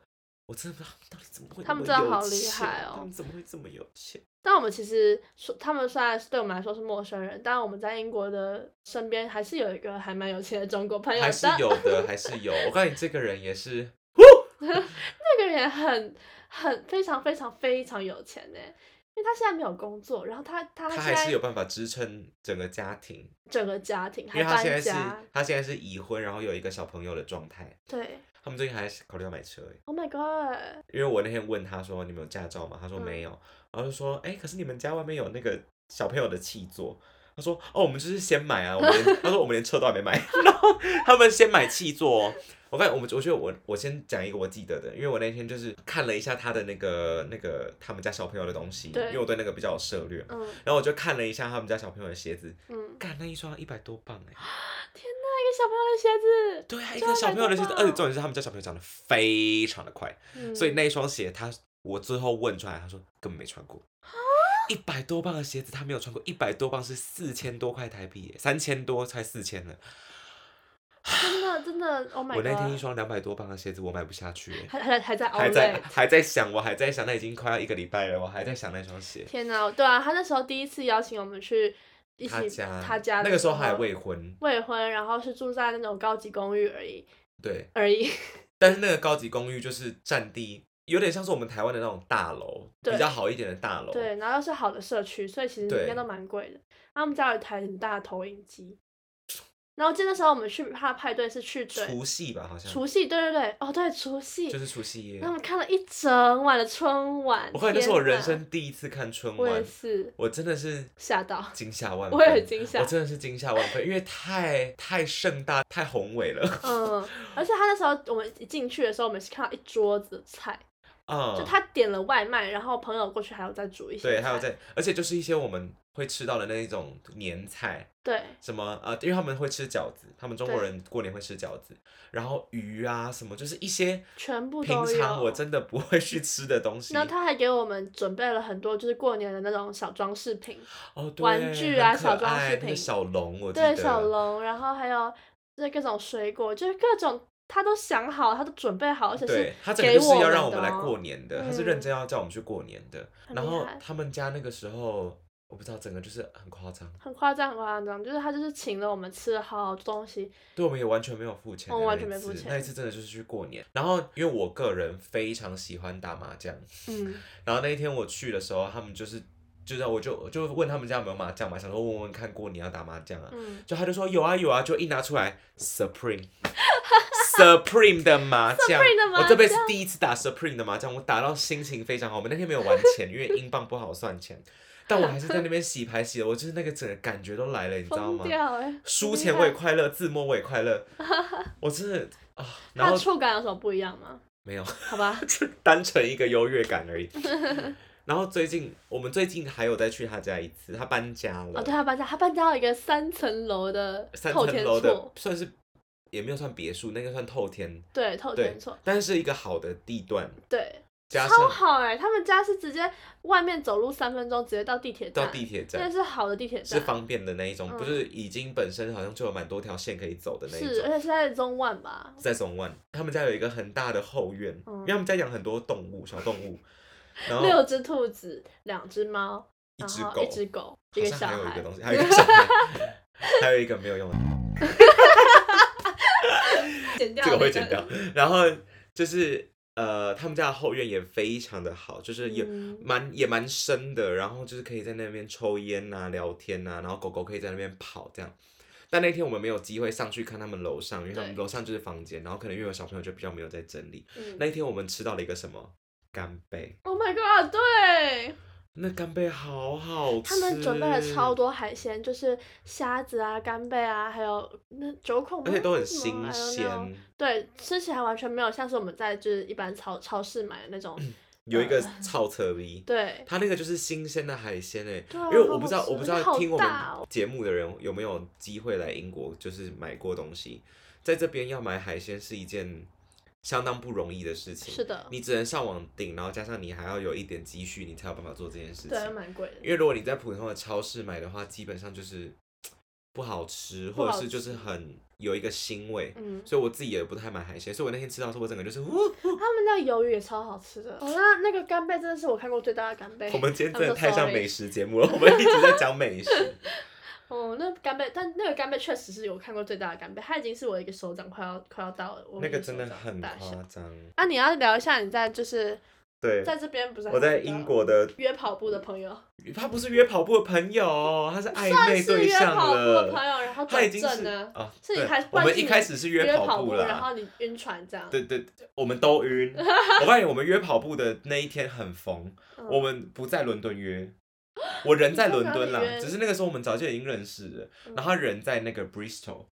[SPEAKER 3] 我真的不知道到底怎么会那
[SPEAKER 2] 他们
[SPEAKER 3] 么
[SPEAKER 2] 真的
[SPEAKER 3] 有
[SPEAKER 2] 好厉
[SPEAKER 3] 钱
[SPEAKER 2] 害哦
[SPEAKER 3] 他们怎么会这么有钱？
[SPEAKER 2] 但我们其实说，他们虽然是对我们来说是陌生人，但我们在英国的身边还是有一个还蛮有钱的中国朋友
[SPEAKER 3] 还是
[SPEAKER 2] 的。
[SPEAKER 3] 有的，还是有。我告诉你，这个人也是，
[SPEAKER 2] 那个人很很非常非常非常有钱呢，因为他现在没有工作，然后他他
[SPEAKER 3] 他
[SPEAKER 2] 现
[SPEAKER 3] 还是
[SPEAKER 2] 在
[SPEAKER 3] 有办法支撑整个家庭，
[SPEAKER 2] 整个家庭
[SPEAKER 3] 因
[SPEAKER 2] 还
[SPEAKER 3] 为他现在
[SPEAKER 2] 搬
[SPEAKER 3] 是
[SPEAKER 2] 家，
[SPEAKER 3] 他现在是已婚，然后有一个小朋友的状态。
[SPEAKER 2] 对
[SPEAKER 3] 他们最近还考虑要买车耶，
[SPEAKER 2] ，Oh my God，
[SPEAKER 3] 因为我那天问他说你们有驾照吗？他说
[SPEAKER 2] 嗯
[SPEAKER 3] 没有，然后就说哎、可是你们家外面有那个小朋友的气座。他说哦，我们就是先买啊，我 们连他说我们连车都还没买，然后他们先买气座、哦。我看我们我觉得我我先讲一个我记得的，因为我那天就是看了一下他的那个那个他们家小朋友的东西，
[SPEAKER 2] 对
[SPEAKER 3] 因为我对那个比较有涉略嘛，
[SPEAKER 2] 嗯
[SPEAKER 3] 然后我就看了一下他们家小朋友的鞋子，
[SPEAKER 2] 嗯，
[SPEAKER 3] 干那一双一百多磅哎、
[SPEAKER 2] 天哪，一个小朋友的鞋子，
[SPEAKER 3] 对啊，一
[SPEAKER 2] 这
[SPEAKER 3] 个
[SPEAKER 2] 么
[SPEAKER 3] 小朋友的鞋子，
[SPEAKER 2] 多磅
[SPEAKER 3] 而且重点是他们家小朋友长得非常的快，
[SPEAKER 2] 嗯、
[SPEAKER 3] 所以那一双鞋他，我最后问出来，他说根本没穿过。
[SPEAKER 2] 啊
[SPEAKER 3] 一百多磅的鞋子他没有穿过，一百多磅是四千多块台币耶，三千多才四千呢。
[SPEAKER 2] 真的真的，Oh my God！
[SPEAKER 3] 我那天一双两百多磅的鞋子我买不下去耶，
[SPEAKER 2] 还还还在熬
[SPEAKER 3] 还在
[SPEAKER 2] 累。
[SPEAKER 3] 还在想，我还在想，那已经快要一个礼拜了，我还在想那双鞋。
[SPEAKER 2] 天哪，对啊，他那时候第一次邀请我们去一起
[SPEAKER 3] 他家
[SPEAKER 2] 他家的
[SPEAKER 3] 那个时候还未婚，
[SPEAKER 2] 未婚，然后是住在那种高级公寓而已
[SPEAKER 3] 对，
[SPEAKER 2] 而已。
[SPEAKER 3] 但是那个高级公寓就是占地有点像是我们台湾的那种大楼，
[SPEAKER 2] 对
[SPEAKER 3] 比较好一点的大楼。
[SPEAKER 2] 对，然后又是好的社区，所以其实
[SPEAKER 3] 哦对
[SPEAKER 2] 应该都蛮贵的。然后我们家有一台很大的投影机，然后记得那时候我们去他的派对是去对
[SPEAKER 3] 除夕吧，好像
[SPEAKER 2] 除夕，对对对，哦对除夕，
[SPEAKER 3] 就是除夕夜
[SPEAKER 2] 然后我。们看了一整晚的春晚。
[SPEAKER 3] 我感觉那是我
[SPEAKER 2] 天哪
[SPEAKER 3] 人，生第一次看春
[SPEAKER 2] 我也
[SPEAKER 3] 晚，
[SPEAKER 2] 是
[SPEAKER 3] 我真的是
[SPEAKER 2] 吓到。
[SPEAKER 3] 惊吓万分，
[SPEAKER 2] 我也惊吓
[SPEAKER 3] 我真的是惊吓万分，因为太太盛大、太宏伟了。
[SPEAKER 2] 嗯，而且他那时候我们一进去的时候，我们是看到一桌子菜，
[SPEAKER 3] 嗯，
[SPEAKER 2] 就他点了外卖，然后朋友过去还有再煮一些菜，
[SPEAKER 3] 对，还有在，而且就是一些我们会吃到的那一种年菜，
[SPEAKER 2] 对
[SPEAKER 3] 什么呃，因为他们会吃饺子，他们中国
[SPEAKER 2] 对
[SPEAKER 3] 人过年会吃饺子，然后鱼啊什么，就是一些
[SPEAKER 2] 全部都
[SPEAKER 3] 平
[SPEAKER 2] 有。
[SPEAKER 3] 常我真的不会去吃的东西。
[SPEAKER 2] 然后他还给我们准备了很多就是过年的那种小装饰品，
[SPEAKER 3] 哦，对
[SPEAKER 2] 玩具啊
[SPEAKER 3] 很可
[SPEAKER 2] 小装
[SPEAKER 3] 爱
[SPEAKER 2] 饰
[SPEAKER 3] 那个
[SPEAKER 2] 品
[SPEAKER 3] 小龙，我记
[SPEAKER 2] 对
[SPEAKER 3] 得
[SPEAKER 2] 小龙，然后还有那各种水果，就是各种他都想好，他都准备好，而且
[SPEAKER 3] 对
[SPEAKER 2] 是
[SPEAKER 3] 他整个
[SPEAKER 2] 给
[SPEAKER 3] 就是
[SPEAKER 2] 我们
[SPEAKER 3] 要让
[SPEAKER 2] 我
[SPEAKER 3] 我们来过
[SPEAKER 2] 年。
[SPEAKER 3] 年的，
[SPEAKER 2] 嗯
[SPEAKER 3] 他是认真要叫我们去过年的。
[SPEAKER 2] 很
[SPEAKER 3] 然后
[SPEAKER 2] 厉害
[SPEAKER 3] 他们家那个时候，我不知道整个就是很夸张，
[SPEAKER 2] 很夸张，很夸张，就是他就是请了我们吃了好多东西，
[SPEAKER 3] 对我们也完全没有付钱的
[SPEAKER 2] 哦
[SPEAKER 3] 那一次。
[SPEAKER 2] 完全没付钱
[SPEAKER 3] 那一次真的就是去过年。然后因为我个人非常喜欢打麻将，
[SPEAKER 2] 嗯，
[SPEAKER 3] 然后那一天我去的时候，他们就是就是我就我就问他们家有没有麻将嘛，想说问问看过年要打麻将啊。
[SPEAKER 2] 嗯，
[SPEAKER 3] 就他就说有啊有啊，就一拿出来 Supreme。Supreme 的麻将
[SPEAKER 2] Supreme 的麻将
[SPEAKER 3] 我这辈子第一次打 Supreme 的麻将，我打到心情非常好。我们那天没有玩钱，因为英镑不好算钱，但我还是在那边洗牌洗的，我就是那个整个感觉都来了，你知道
[SPEAKER 2] 疯
[SPEAKER 3] 吗？
[SPEAKER 2] 掉哎、欸！
[SPEAKER 3] 输钱我也快乐，自摸我也快乐，我真的啊，然
[SPEAKER 2] 它
[SPEAKER 3] 后
[SPEAKER 2] 的触感有什么不一样吗？
[SPEAKER 3] 没有，
[SPEAKER 2] 好吧，
[SPEAKER 3] 就单纯一个优越感而已。然后最近我们最近还有再去他家一次，他搬家了，
[SPEAKER 2] 哦，对，他搬家，他搬家到一个三层楼的
[SPEAKER 3] 三
[SPEAKER 2] 透
[SPEAKER 3] 层
[SPEAKER 2] 天
[SPEAKER 3] 楼的
[SPEAKER 2] 厝，
[SPEAKER 3] 算是也没有算别墅，那个算透天，
[SPEAKER 2] 对，透
[SPEAKER 3] 对
[SPEAKER 2] 天厝，，
[SPEAKER 3] 但是一个好的地段，
[SPEAKER 2] 对，
[SPEAKER 3] 加
[SPEAKER 2] 超
[SPEAKER 3] 上
[SPEAKER 2] 好哎、他们家是直接外面走路三分钟，直接到地铁
[SPEAKER 3] 到
[SPEAKER 2] 站，
[SPEAKER 3] 地铁
[SPEAKER 2] 真
[SPEAKER 3] 站
[SPEAKER 2] 的是好的地铁
[SPEAKER 3] 是
[SPEAKER 2] 站，
[SPEAKER 3] 方便的那一种，
[SPEAKER 2] 嗯
[SPEAKER 3] 不是已经本身好像就有蛮多条线可以走的那一
[SPEAKER 2] 是而
[SPEAKER 3] 种。
[SPEAKER 2] 且是在中万吧，
[SPEAKER 3] 在总万，他们家有一个很大的后院，
[SPEAKER 2] 嗯
[SPEAKER 3] 因为他们家养很多动物，小动物，然后
[SPEAKER 2] 六只兔子，两只猫，
[SPEAKER 3] 一
[SPEAKER 2] 然
[SPEAKER 3] 只
[SPEAKER 2] 后
[SPEAKER 3] 狗，
[SPEAKER 2] 一只狗，
[SPEAKER 3] 好
[SPEAKER 2] 一个
[SPEAKER 3] 像
[SPEAKER 2] 小
[SPEAKER 3] 还有一
[SPEAKER 2] 孩
[SPEAKER 3] 个，东西，还有一个小孩， 还有一个没有用的，
[SPEAKER 2] 剪掉
[SPEAKER 3] 这个
[SPEAKER 2] 那
[SPEAKER 3] 会剪掉。然后就是呃，他们家的后院也非常的好，就是有
[SPEAKER 2] 嗯
[SPEAKER 3] 蛮、也蛮啊深的，然后就是可以在那边抽烟呐、聊天呐、然后狗狗可以在那边跑这样。但那天我们没有机会上去看他们楼上，因为他们
[SPEAKER 2] 对
[SPEAKER 3] 楼上就是房间，然后可能因为有小朋友就比较没有在整理。
[SPEAKER 2] 嗯
[SPEAKER 3] 那一天我们吃到了一个什么干贝，
[SPEAKER 2] Oh my god！对，
[SPEAKER 3] 那干贝好好吃，
[SPEAKER 2] 他们准备了超，多海鲜，就是虾子啊、干贝啊，还有那九孔吗，
[SPEAKER 3] 而且都很
[SPEAKER 2] 是什么
[SPEAKER 3] 新
[SPEAKER 2] I
[SPEAKER 3] 鲜
[SPEAKER 2] don't know。对，吃起来完全没有像是我们在就是一般超超市买的那种。
[SPEAKER 3] 嗯有一个超侧逼，
[SPEAKER 2] 对，
[SPEAKER 3] 它那个就是新鲜的海鲜诶、
[SPEAKER 2] 对啊
[SPEAKER 3] 因为我不知道
[SPEAKER 2] 好好，吃
[SPEAKER 3] 我不知道
[SPEAKER 2] 好
[SPEAKER 3] 听我们
[SPEAKER 2] 大哦
[SPEAKER 3] 节目的人有没有机会来英国，就是买过东西，在这边要买海鲜是一件相当不容易的事情，
[SPEAKER 2] 是的，
[SPEAKER 3] 你只能上网订，然后加上你还要有一点积蓄，你才有办法做这件事
[SPEAKER 2] 对，
[SPEAKER 3] 情。
[SPEAKER 2] 蛮贵的。
[SPEAKER 3] 因为如果你在普通的超市买的话，基本上就是不好吃，
[SPEAKER 2] 不
[SPEAKER 3] 或
[SPEAKER 2] 好
[SPEAKER 3] 者是就是很有一个腥味。
[SPEAKER 2] 嗯，
[SPEAKER 3] 所以我自己也不太买海鲜，所以我那天吃到的时候，我整个就是， 呜
[SPEAKER 2] 他们那鱿鱼也超好吃的。哦，那那个干贝真的是我看过最大的干贝。
[SPEAKER 3] 我们今天
[SPEAKER 2] I'm
[SPEAKER 3] 真的
[SPEAKER 2] so
[SPEAKER 3] 太像
[SPEAKER 2] sorry
[SPEAKER 3] 美食节目了，我们一直在讲美食。
[SPEAKER 2] 哦，那干贝，但那个干贝确实是我看过最大的干贝，它已经是我一个手掌快要快要到我
[SPEAKER 3] 那
[SPEAKER 2] 一
[SPEAKER 3] 个
[SPEAKER 2] 手
[SPEAKER 3] 真的
[SPEAKER 2] 掌
[SPEAKER 3] 很
[SPEAKER 2] 大
[SPEAKER 3] 夸
[SPEAKER 2] 小。
[SPEAKER 3] 张。
[SPEAKER 2] 啊，你要聊一下你在就是
[SPEAKER 3] 对，
[SPEAKER 2] 在这边不是还
[SPEAKER 3] 我在
[SPEAKER 2] 遇到
[SPEAKER 3] 英国的，
[SPEAKER 2] 约跑步的朋友，
[SPEAKER 3] 他不是约跑步的朋友，他是暧昧
[SPEAKER 2] 啊是
[SPEAKER 3] 对
[SPEAKER 2] 约
[SPEAKER 3] 象
[SPEAKER 2] 跑步的朋
[SPEAKER 3] 了。
[SPEAKER 2] 友，然后
[SPEAKER 3] 他已
[SPEAKER 2] 转
[SPEAKER 3] 经是
[SPEAKER 2] 正呢，
[SPEAKER 3] 啊，
[SPEAKER 2] 是你
[SPEAKER 3] 对
[SPEAKER 2] 开不
[SPEAKER 3] 我
[SPEAKER 2] 然
[SPEAKER 3] 们
[SPEAKER 2] 是
[SPEAKER 3] 一
[SPEAKER 2] 你
[SPEAKER 3] 开始是
[SPEAKER 2] 约
[SPEAKER 3] 跑
[SPEAKER 2] 步，然
[SPEAKER 3] 啦。
[SPEAKER 2] 后你晕船这样。
[SPEAKER 3] 对对，对我们都 晕。我发现我们约跑步的那一天很疯，
[SPEAKER 2] 嗯
[SPEAKER 3] 我们不在伦敦约，我人在伦敦
[SPEAKER 2] 你在哪里
[SPEAKER 3] 啦，
[SPEAKER 2] 约嗯
[SPEAKER 3] 只是那个时候我们早就已经认识了，然后他人在那个 Bristol，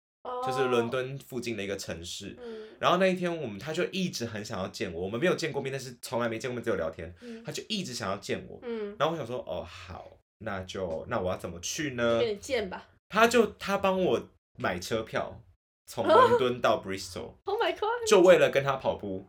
[SPEAKER 3] 就是伦。
[SPEAKER 2] 哦
[SPEAKER 3] 敦附近的一个城市。
[SPEAKER 2] 嗯
[SPEAKER 3] 然后那一天我们他就一直很想要见我，我们没有见过面，但是从来没见过面，只有聊天。
[SPEAKER 2] 嗯
[SPEAKER 3] 他就一直想要见我，
[SPEAKER 2] 嗯，
[SPEAKER 3] 然后我想说，哦，好，那就那我要怎么去呢
[SPEAKER 2] 跟？你见吧。
[SPEAKER 3] 他就他帮我买车票，从
[SPEAKER 2] 哦
[SPEAKER 3] 伦敦到 Bristol，
[SPEAKER 2] Oh my god！
[SPEAKER 3] 就为了跟他跑步。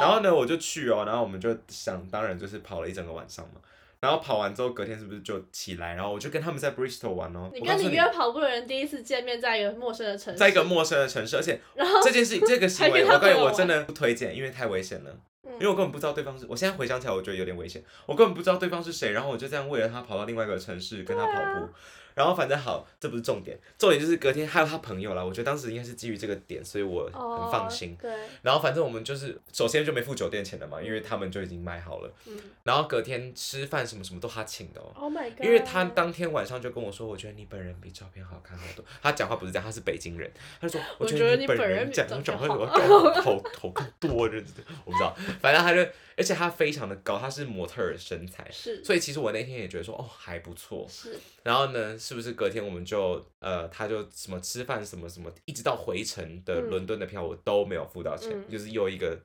[SPEAKER 3] 然后呢，我就去哦，然后我们就想当然就是跑了一整个晚上嘛。然后跑完之后，隔天是不是就起来？然后我就跟他们在 Bristol 玩哦。
[SPEAKER 2] 你
[SPEAKER 3] 我告
[SPEAKER 2] 跟
[SPEAKER 3] 诉
[SPEAKER 2] 你
[SPEAKER 3] 你，
[SPEAKER 2] 约跑步的人第一次见面，在一个陌生的城市，
[SPEAKER 3] 在一个陌生的城市，而且
[SPEAKER 2] 然后
[SPEAKER 3] 这件事情这个行
[SPEAKER 2] 还
[SPEAKER 3] 为，
[SPEAKER 2] 跟他
[SPEAKER 3] 我告诉你，
[SPEAKER 2] 朋友
[SPEAKER 3] 我
[SPEAKER 2] 玩
[SPEAKER 3] 真的不推荐，因为太危险了。
[SPEAKER 2] 嗯
[SPEAKER 3] 因为我根本不知道对方是，我现在回想起来，我觉得有点危险，我根本不知道对方是谁，然后我就这样为了他跑到另外一个城市跟他跑
[SPEAKER 2] 啊
[SPEAKER 3] 步，然后反正好，这不是重点，重点就是隔天还有他朋友啦，我觉得当时应该是基于这个点，所以我很放心
[SPEAKER 2] 哦。对，
[SPEAKER 3] 然后反正我们就是首先就没付酒店钱了嘛，因为他们就已经买好了，
[SPEAKER 2] 嗯
[SPEAKER 3] 然后隔天吃饭什么什么都他请的哦。
[SPEAKER 2] ，Oh my god！
[SPEAKER 3] 因为他当天晚上就跟我说，我觉得你本人比照片好看好多。 他讲话不是这样，他是北京人，他 就说
[SPEAKER 2] 我
[SPEAKER 3] 觉
[SPEAKER 2] 觉
[SPEAKER 3] 得
[SPEAKER 2] 得
[SPEAKER 3] 你
[SPEAKER 2] 你
[SPEAKER 3] 本
[SPEAKER 2] 本人
[SPEAKER 3] 人
[SPEAKER 2] 比
[SPEAKER 3] 讲
[SPEAKER 2] 照
[SPEAKER 3] 讲话
[SPEAKER 2] 片
[SPEAKER 3] 好
[SPEAKER 2] 好
[SPEAKER 3] 好好看多人，我不知道，反正他就，而且他非常的高，他是模特儿身材，
[SPEAKER 2] 是
[SPEAKER 3] 所以其实我那天也觉得说，哦还不错。
[SPEAKER 2] 是
[SPEAKER 3] 然后呢，是不是隔天我们就呃，他就什么吃饭什么什么，一直到回程的
[SPEAKER 2] 嗯
[SPEAKER 3] 伦敦的票我都没有付到钱，
[SPEAKER 2] 嗯
[SPEAKER 3] 就是又一个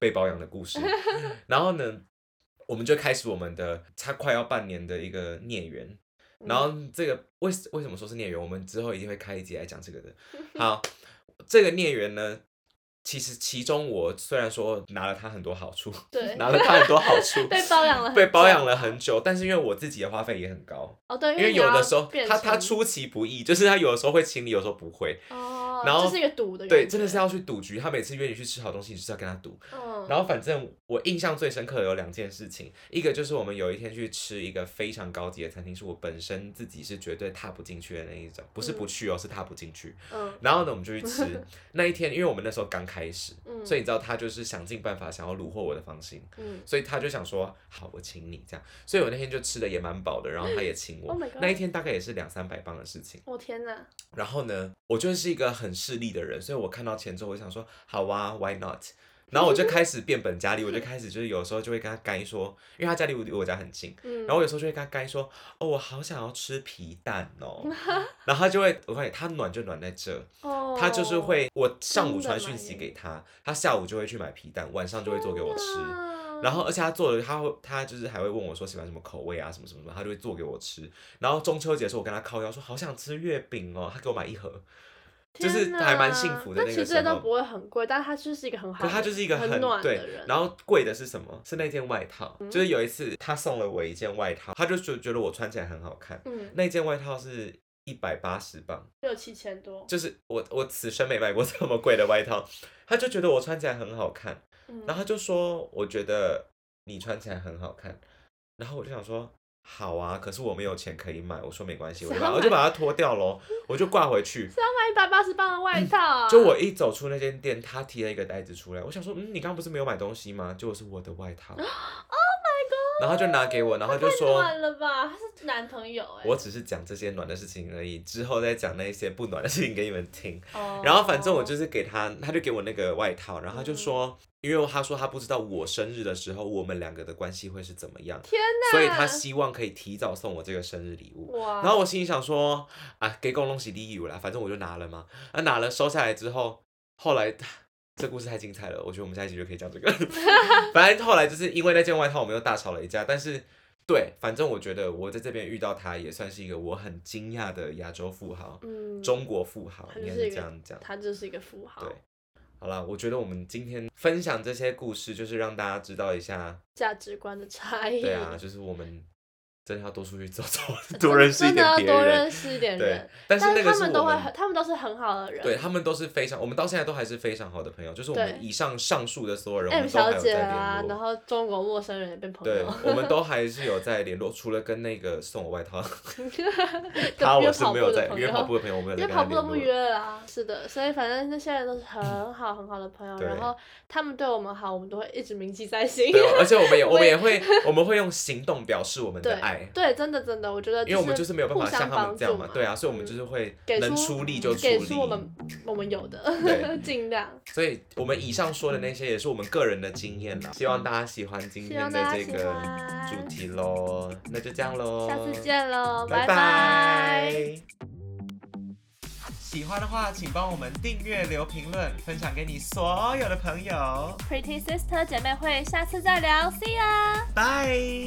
[SPEAKER 3] 被包养的故 事。然后呢，我们就开始我们的他快要半年的一个孽缘。
[SPEAKER 2] 嗯
[SPEAKER 3] 然后这个为为什么说是孽缘？我们之后一定会开一集来讲这个 的。好，这个孽缘呢，其实其中我虽然说拿了他很多好 处，
[SPEAKER 2] 对，
[SPEAKER 3] 拿了他很多好处
[SPEAKER 2] 被包养了很久，
[SPEAKER 3] 被包养了很久，但是因为我自己的花费也很高，
[SPEAKER 2] 哦，对，
[SPEAKER 3] 因为有的时候
[SPEAKER 2] 你要变
[SPEAKER 3] 他
[SPEAKER 2] 成
[SPEAKER 3] 他出其不意，就是他有的时候会请你，有时候不会。
[SPEAKER 2] 哦，
[SPEAKER 3] 然后
[SPEAKER 2] 这是一个赌的，
[SPEAKER 3] 对，真的是，要去赌局。他每次约你去吃好东西，你就是要跟他赌。
[SPEAKER 2] 嗯，
[SPEAKER 3] 然后反正我印象最深刻的有两件事情，一个就是我们有一天去吃一个非常高级的餐厅，是我本身自己是绝对踏不进去的那一种，不是不去哦，是踏不进去。
[SPEAKER 2] 嗯
[SPEAKER 3] 然后呢，我们就去 吃那一天，因为我们那时候刚开始，
[SPEAKER 2] 嗯，
[SPEAKER 3] 所以
[SPEAKER 2] 以
[SPEAKER 3] 你知道他就是想尽办法想要虏获我的芳心，
[SPEAKER 2] 嗯，
[SPEAKER 3] 所以他就想说好，我请你这样。所以我那天就吃的也蛮饱的，然后他也请我
[SPEAKER 2] Oh my god
[SPEAKER 3] 那一天大概也是两三百磅的事情。
[SPEAKER 2] 我天哪，
[SPEAKER 3] 然后呢，我就是一个很势利的人，所以我看到钱之后，我想说，好啊，Why not？然后我就开始变本加厉，我就开始就是有时候就会跟他干说，因为他家离我离我家很近，
[SPEAKER 2] 嗯，
[SPEAKER 3] 然后我有时候就会跟他干说，哦，我好想要吃皮蛋哦，然后他就会，我告诉你，他暖就暖在这，
[SPEAKER 2] 后
[SPEAKER 3] 他就是会，我上午
[SPEAKER 2] 真的
[SPEAKER 3] 传
[SPEAKER 2] 蛮
[SPEAKER 3] 讯息
[SPEAKER 2] 耶
[SPEAKER 3] 给他，他下午就会去买皮蛋，晚上就会做给我吃，
[SPEAKER 2] 啊
[SPEAKER 3] 然后而且他做的，他会他就是还会问我说喜欢什么口味啊，什么什么什么，他就会做给我吃。然后中秋节的时候，我跟他靠腰说好想吃月饼哦，他给我买一盒，就是
[SPEAKER 2] 天哪
[SPEAKER 3] 还蛮幸福的
[SPEAKER 2] 但
[SPEAKER 3] 那
[SPEAKER 2] 其
[SPEAKER 3] 个
[SPEAKER 2] 实
[SPEAKER 3] 时
[SPEAKER 2] 这都
[SPEAKER 3] 候。
[SPEAKER 2] 不会很贵，但他就是一个很好
[SPEAKER 3] 可
[SPEAKER 2] 的，
[SPEAKER 3] 他就是一个
[SPEAKER 2] 很暖
[SPEAKER 3] 对
[SPEAKER 2] 的人，，嗯
[SPEAKER 3] 然后贵的是什么？是那件外套，就是有一次他送了我一件外套，他就觉觉得我穿起来很好看。
[SPEAKER 2] 嗯，
[SPEAKER 3] 那件外套是一百八十磅，
[SPEAKER 2] 六七千多，
[SPEAKER 3] 就是我我此生没买过这么贵的外套，他就觉得我穿起来很好看。
[SPEAKER 2] 嗯
[SPEAKER 3] 然后他就说：“我觉得你穿起来很好看。”然后我就想说：“好啊，可是我没有钱可以买。”我说：“没关系，我就把
[SPEAKER 2] 想
[SPEAKER 3] 我就把它脱掉咯，我就挂回去。
[SPEAKER 2] 是要买一百八十磅的外套，啊
[SPEAKER 3] 就我一走出那间店，他提了一个袋子出来，我想说：“嗯，你刚刚不是没有买东西吗？”结果是我的外套。Oh my 然后就拿给我，然后就
[SPEAKER 2] 太
[SPEAKER 3] 说
[SPEAKER 2] 暖了吧？他是男朋友哎、
[SPEAKER 3] 我只是讲这些暖的事情而已，之后再讲那些不暖的事情给你们听。
[SPEAKER 2] 哦
[SPEAKER 3] 然后反正我就是给他，他就给我那个外套，然后他就说，
[SPEAKER 2] 嗯
[SPEAKER 3] 因为他说他不知道我生日的时候我们两个的关系会是怎么样，
[SPEAKER 2] 天哪，嗯
[SPEAKER 3] 所以他希望可以提早送我这个生日礼物。
[SPEAKER 2] 哇，
[SPEAKER 3] 然后我心里想说，啊，给公东西礼物啦，反正我就拿了嘛。啊，拿了收下来之后，后来 这故事太精彩了，我觉得我们下一集就可以讲 这个。反正后来就是因为那件外套，我们又大吵了一架。但是对，反正我觉得我在这边遇到他，也算是一个我很惊讶的亚洲富豪，
[SPEAKER 2] 嗯，
[SPEAKER 3] 中国富豪
[SPEAKER 2] 他
[SPEAKER 3] 应
[SPEAKER 2] 就
[SPEAKER 3] 该
[SPEAKER 2] 是
[SPEAKER 3] 是
[SPEAKER 2] 一
[SPEAKER 3] 这
[SPEAKER 2] 个
[SPEAKER 3] 样讲。
[SPEAKER 2] 他就是一个富豪，
[SPEAKER 3] 对好啦，我觉得我们今天分享这些故事，就是让大家知道一下，
[SPEAKER 2] 价值观的差异，
[SPEAKER 3] 对 啊， 就是我们真的要多出去走走，
[SPEAKER 2] 真，
[SPEAKER 3] 多认识一
[SPEAKER 2] 真的
[SPEAKER 3] 点
[SPEAKER 2] 要
[SPEAKER 3] 别
[SPEAKER 2] 多
[SPEAKER 3] 人
[SPEAKER 2] 认。识一点
[SPEAKER 3] 对
[SPEAKER 2] 人，，
[SPEAKER 3] 但是
[SPEAKER 2] 但
[SPEAKER 3] 那个
[SPEAKER 2] 他
[SPEAKER 3] 是我
[SPEAKER 2] 们都会很，他们都是很好的人，
[SPEAKER 3] 对他们都是非常，我们到现在都还是非常好的朋友，就是我们
[SPEAKER 2] 对
[SPEAKER 3] 以上上述的所有人，我
[SPEAKER 2] M
[SPEAKER 3] 们都还
[SPEAKER 2] 小
[SPEAKER 3] 有在
[SPEAKER 2] 姐
[SPEAKER 3] 联
[SPEAKER 2] 啊，
[SPEAKER 3] 络。
[SPEAKER 2] 然后中国陌生人也变朋
[SPEAKER 3] 对
[SPEAKER 2] 友，，
[SPEAKER 3] 我们都还是有在联络，除了跟那个送我外 套，
[SPEAKER 2] 跟
[SPEAKER 3] 他
[SPEAKER 2] 约
[SPEAKER 3] 我是
[SPEAKER 2] 跑
[SPEAKER 3] 没
[SPEAKER 2] 步
[SPEAKER 3] 有
[SPEAKER 2] 的
[SPEAKER 3] 在
[SPEAKER 2] 朋
[SPEAKER 3] 约
[SPEAKER 2] 友
[SPEAKER 3] 跑步的朋友，我没有在
[SPEAKER 2] 约
[SPEAKER 3] 跟他
[SPEAKER 2] 跑步
[SPEAKER 3] 联络嗯
[SPEAKER 2] 都不。约了啊。是的，所以反正那些人都是很好很好的朋友，
[SPEAKER 3] 对
[SPEAKER 2] 然后他们对我们好，我们都会一直铭记在心。
[SPEAKER 3] 对，而且我们也我
[SPEAKER 2] 我
[SPEAKER 3] 们
[SPEAKER 2] 也
[SPEAKER 3] 也会我们会用行动表示我们的爱，
[SPEAKER 2] 对，真的真的，我觉得
[SPEAKER 3] 因为我们就是没有办法
[SPEAKER 2] 互相
[SPEAKER 3] 像他们这样
[SPEAKER 2] 帮
[SPEAKER 3] 嘛
[SPEAKER 2] 助，嘛嗯
[SPEAKER 3] 对啊，所以我们就是会
[SPEAKER 2] 给
[SPEAKER 3] 能
[SPEAKER 2] 出嗯
[SPEAKER 3] 出力就出
[SPEAKER 2] 给出我
[SPEAKER 3] 力
[SPEAKER 2] 们。我们有
[SPEAKER 3] 对
[SPEAKER 2] 的， 尽量。
[SPEAKER 3] 所以我们以上说的那些也是我们个人的经验啦，希望大家喜欢今
[SPEAKER 2] 希望
[SPEAKER 3] 天
[SPEAKER 2] 大
[SPEAKER 3] 的
[SPEAKER 2] 家
[SPEAKER 3] 这
[SPEAKER 2] 喜
[SPEAKER 3] 个
[SPEAKER 2] 欢，
[SPEAKER 3] 主题喽，那就这样喽，
[SPEAKER 2] 下次见喽，
[SPEAKER 3] 拜
[SPEAKER 2] 拜
[SPEAKER 3] 拜。喜欢的话，请帮我们订阅、留评论、分享给你所有的朋友。
[SPEAKER 2] Pretty Sister 姐妹会，下次再聊，See ya。
[SPEAKER 3] 拜。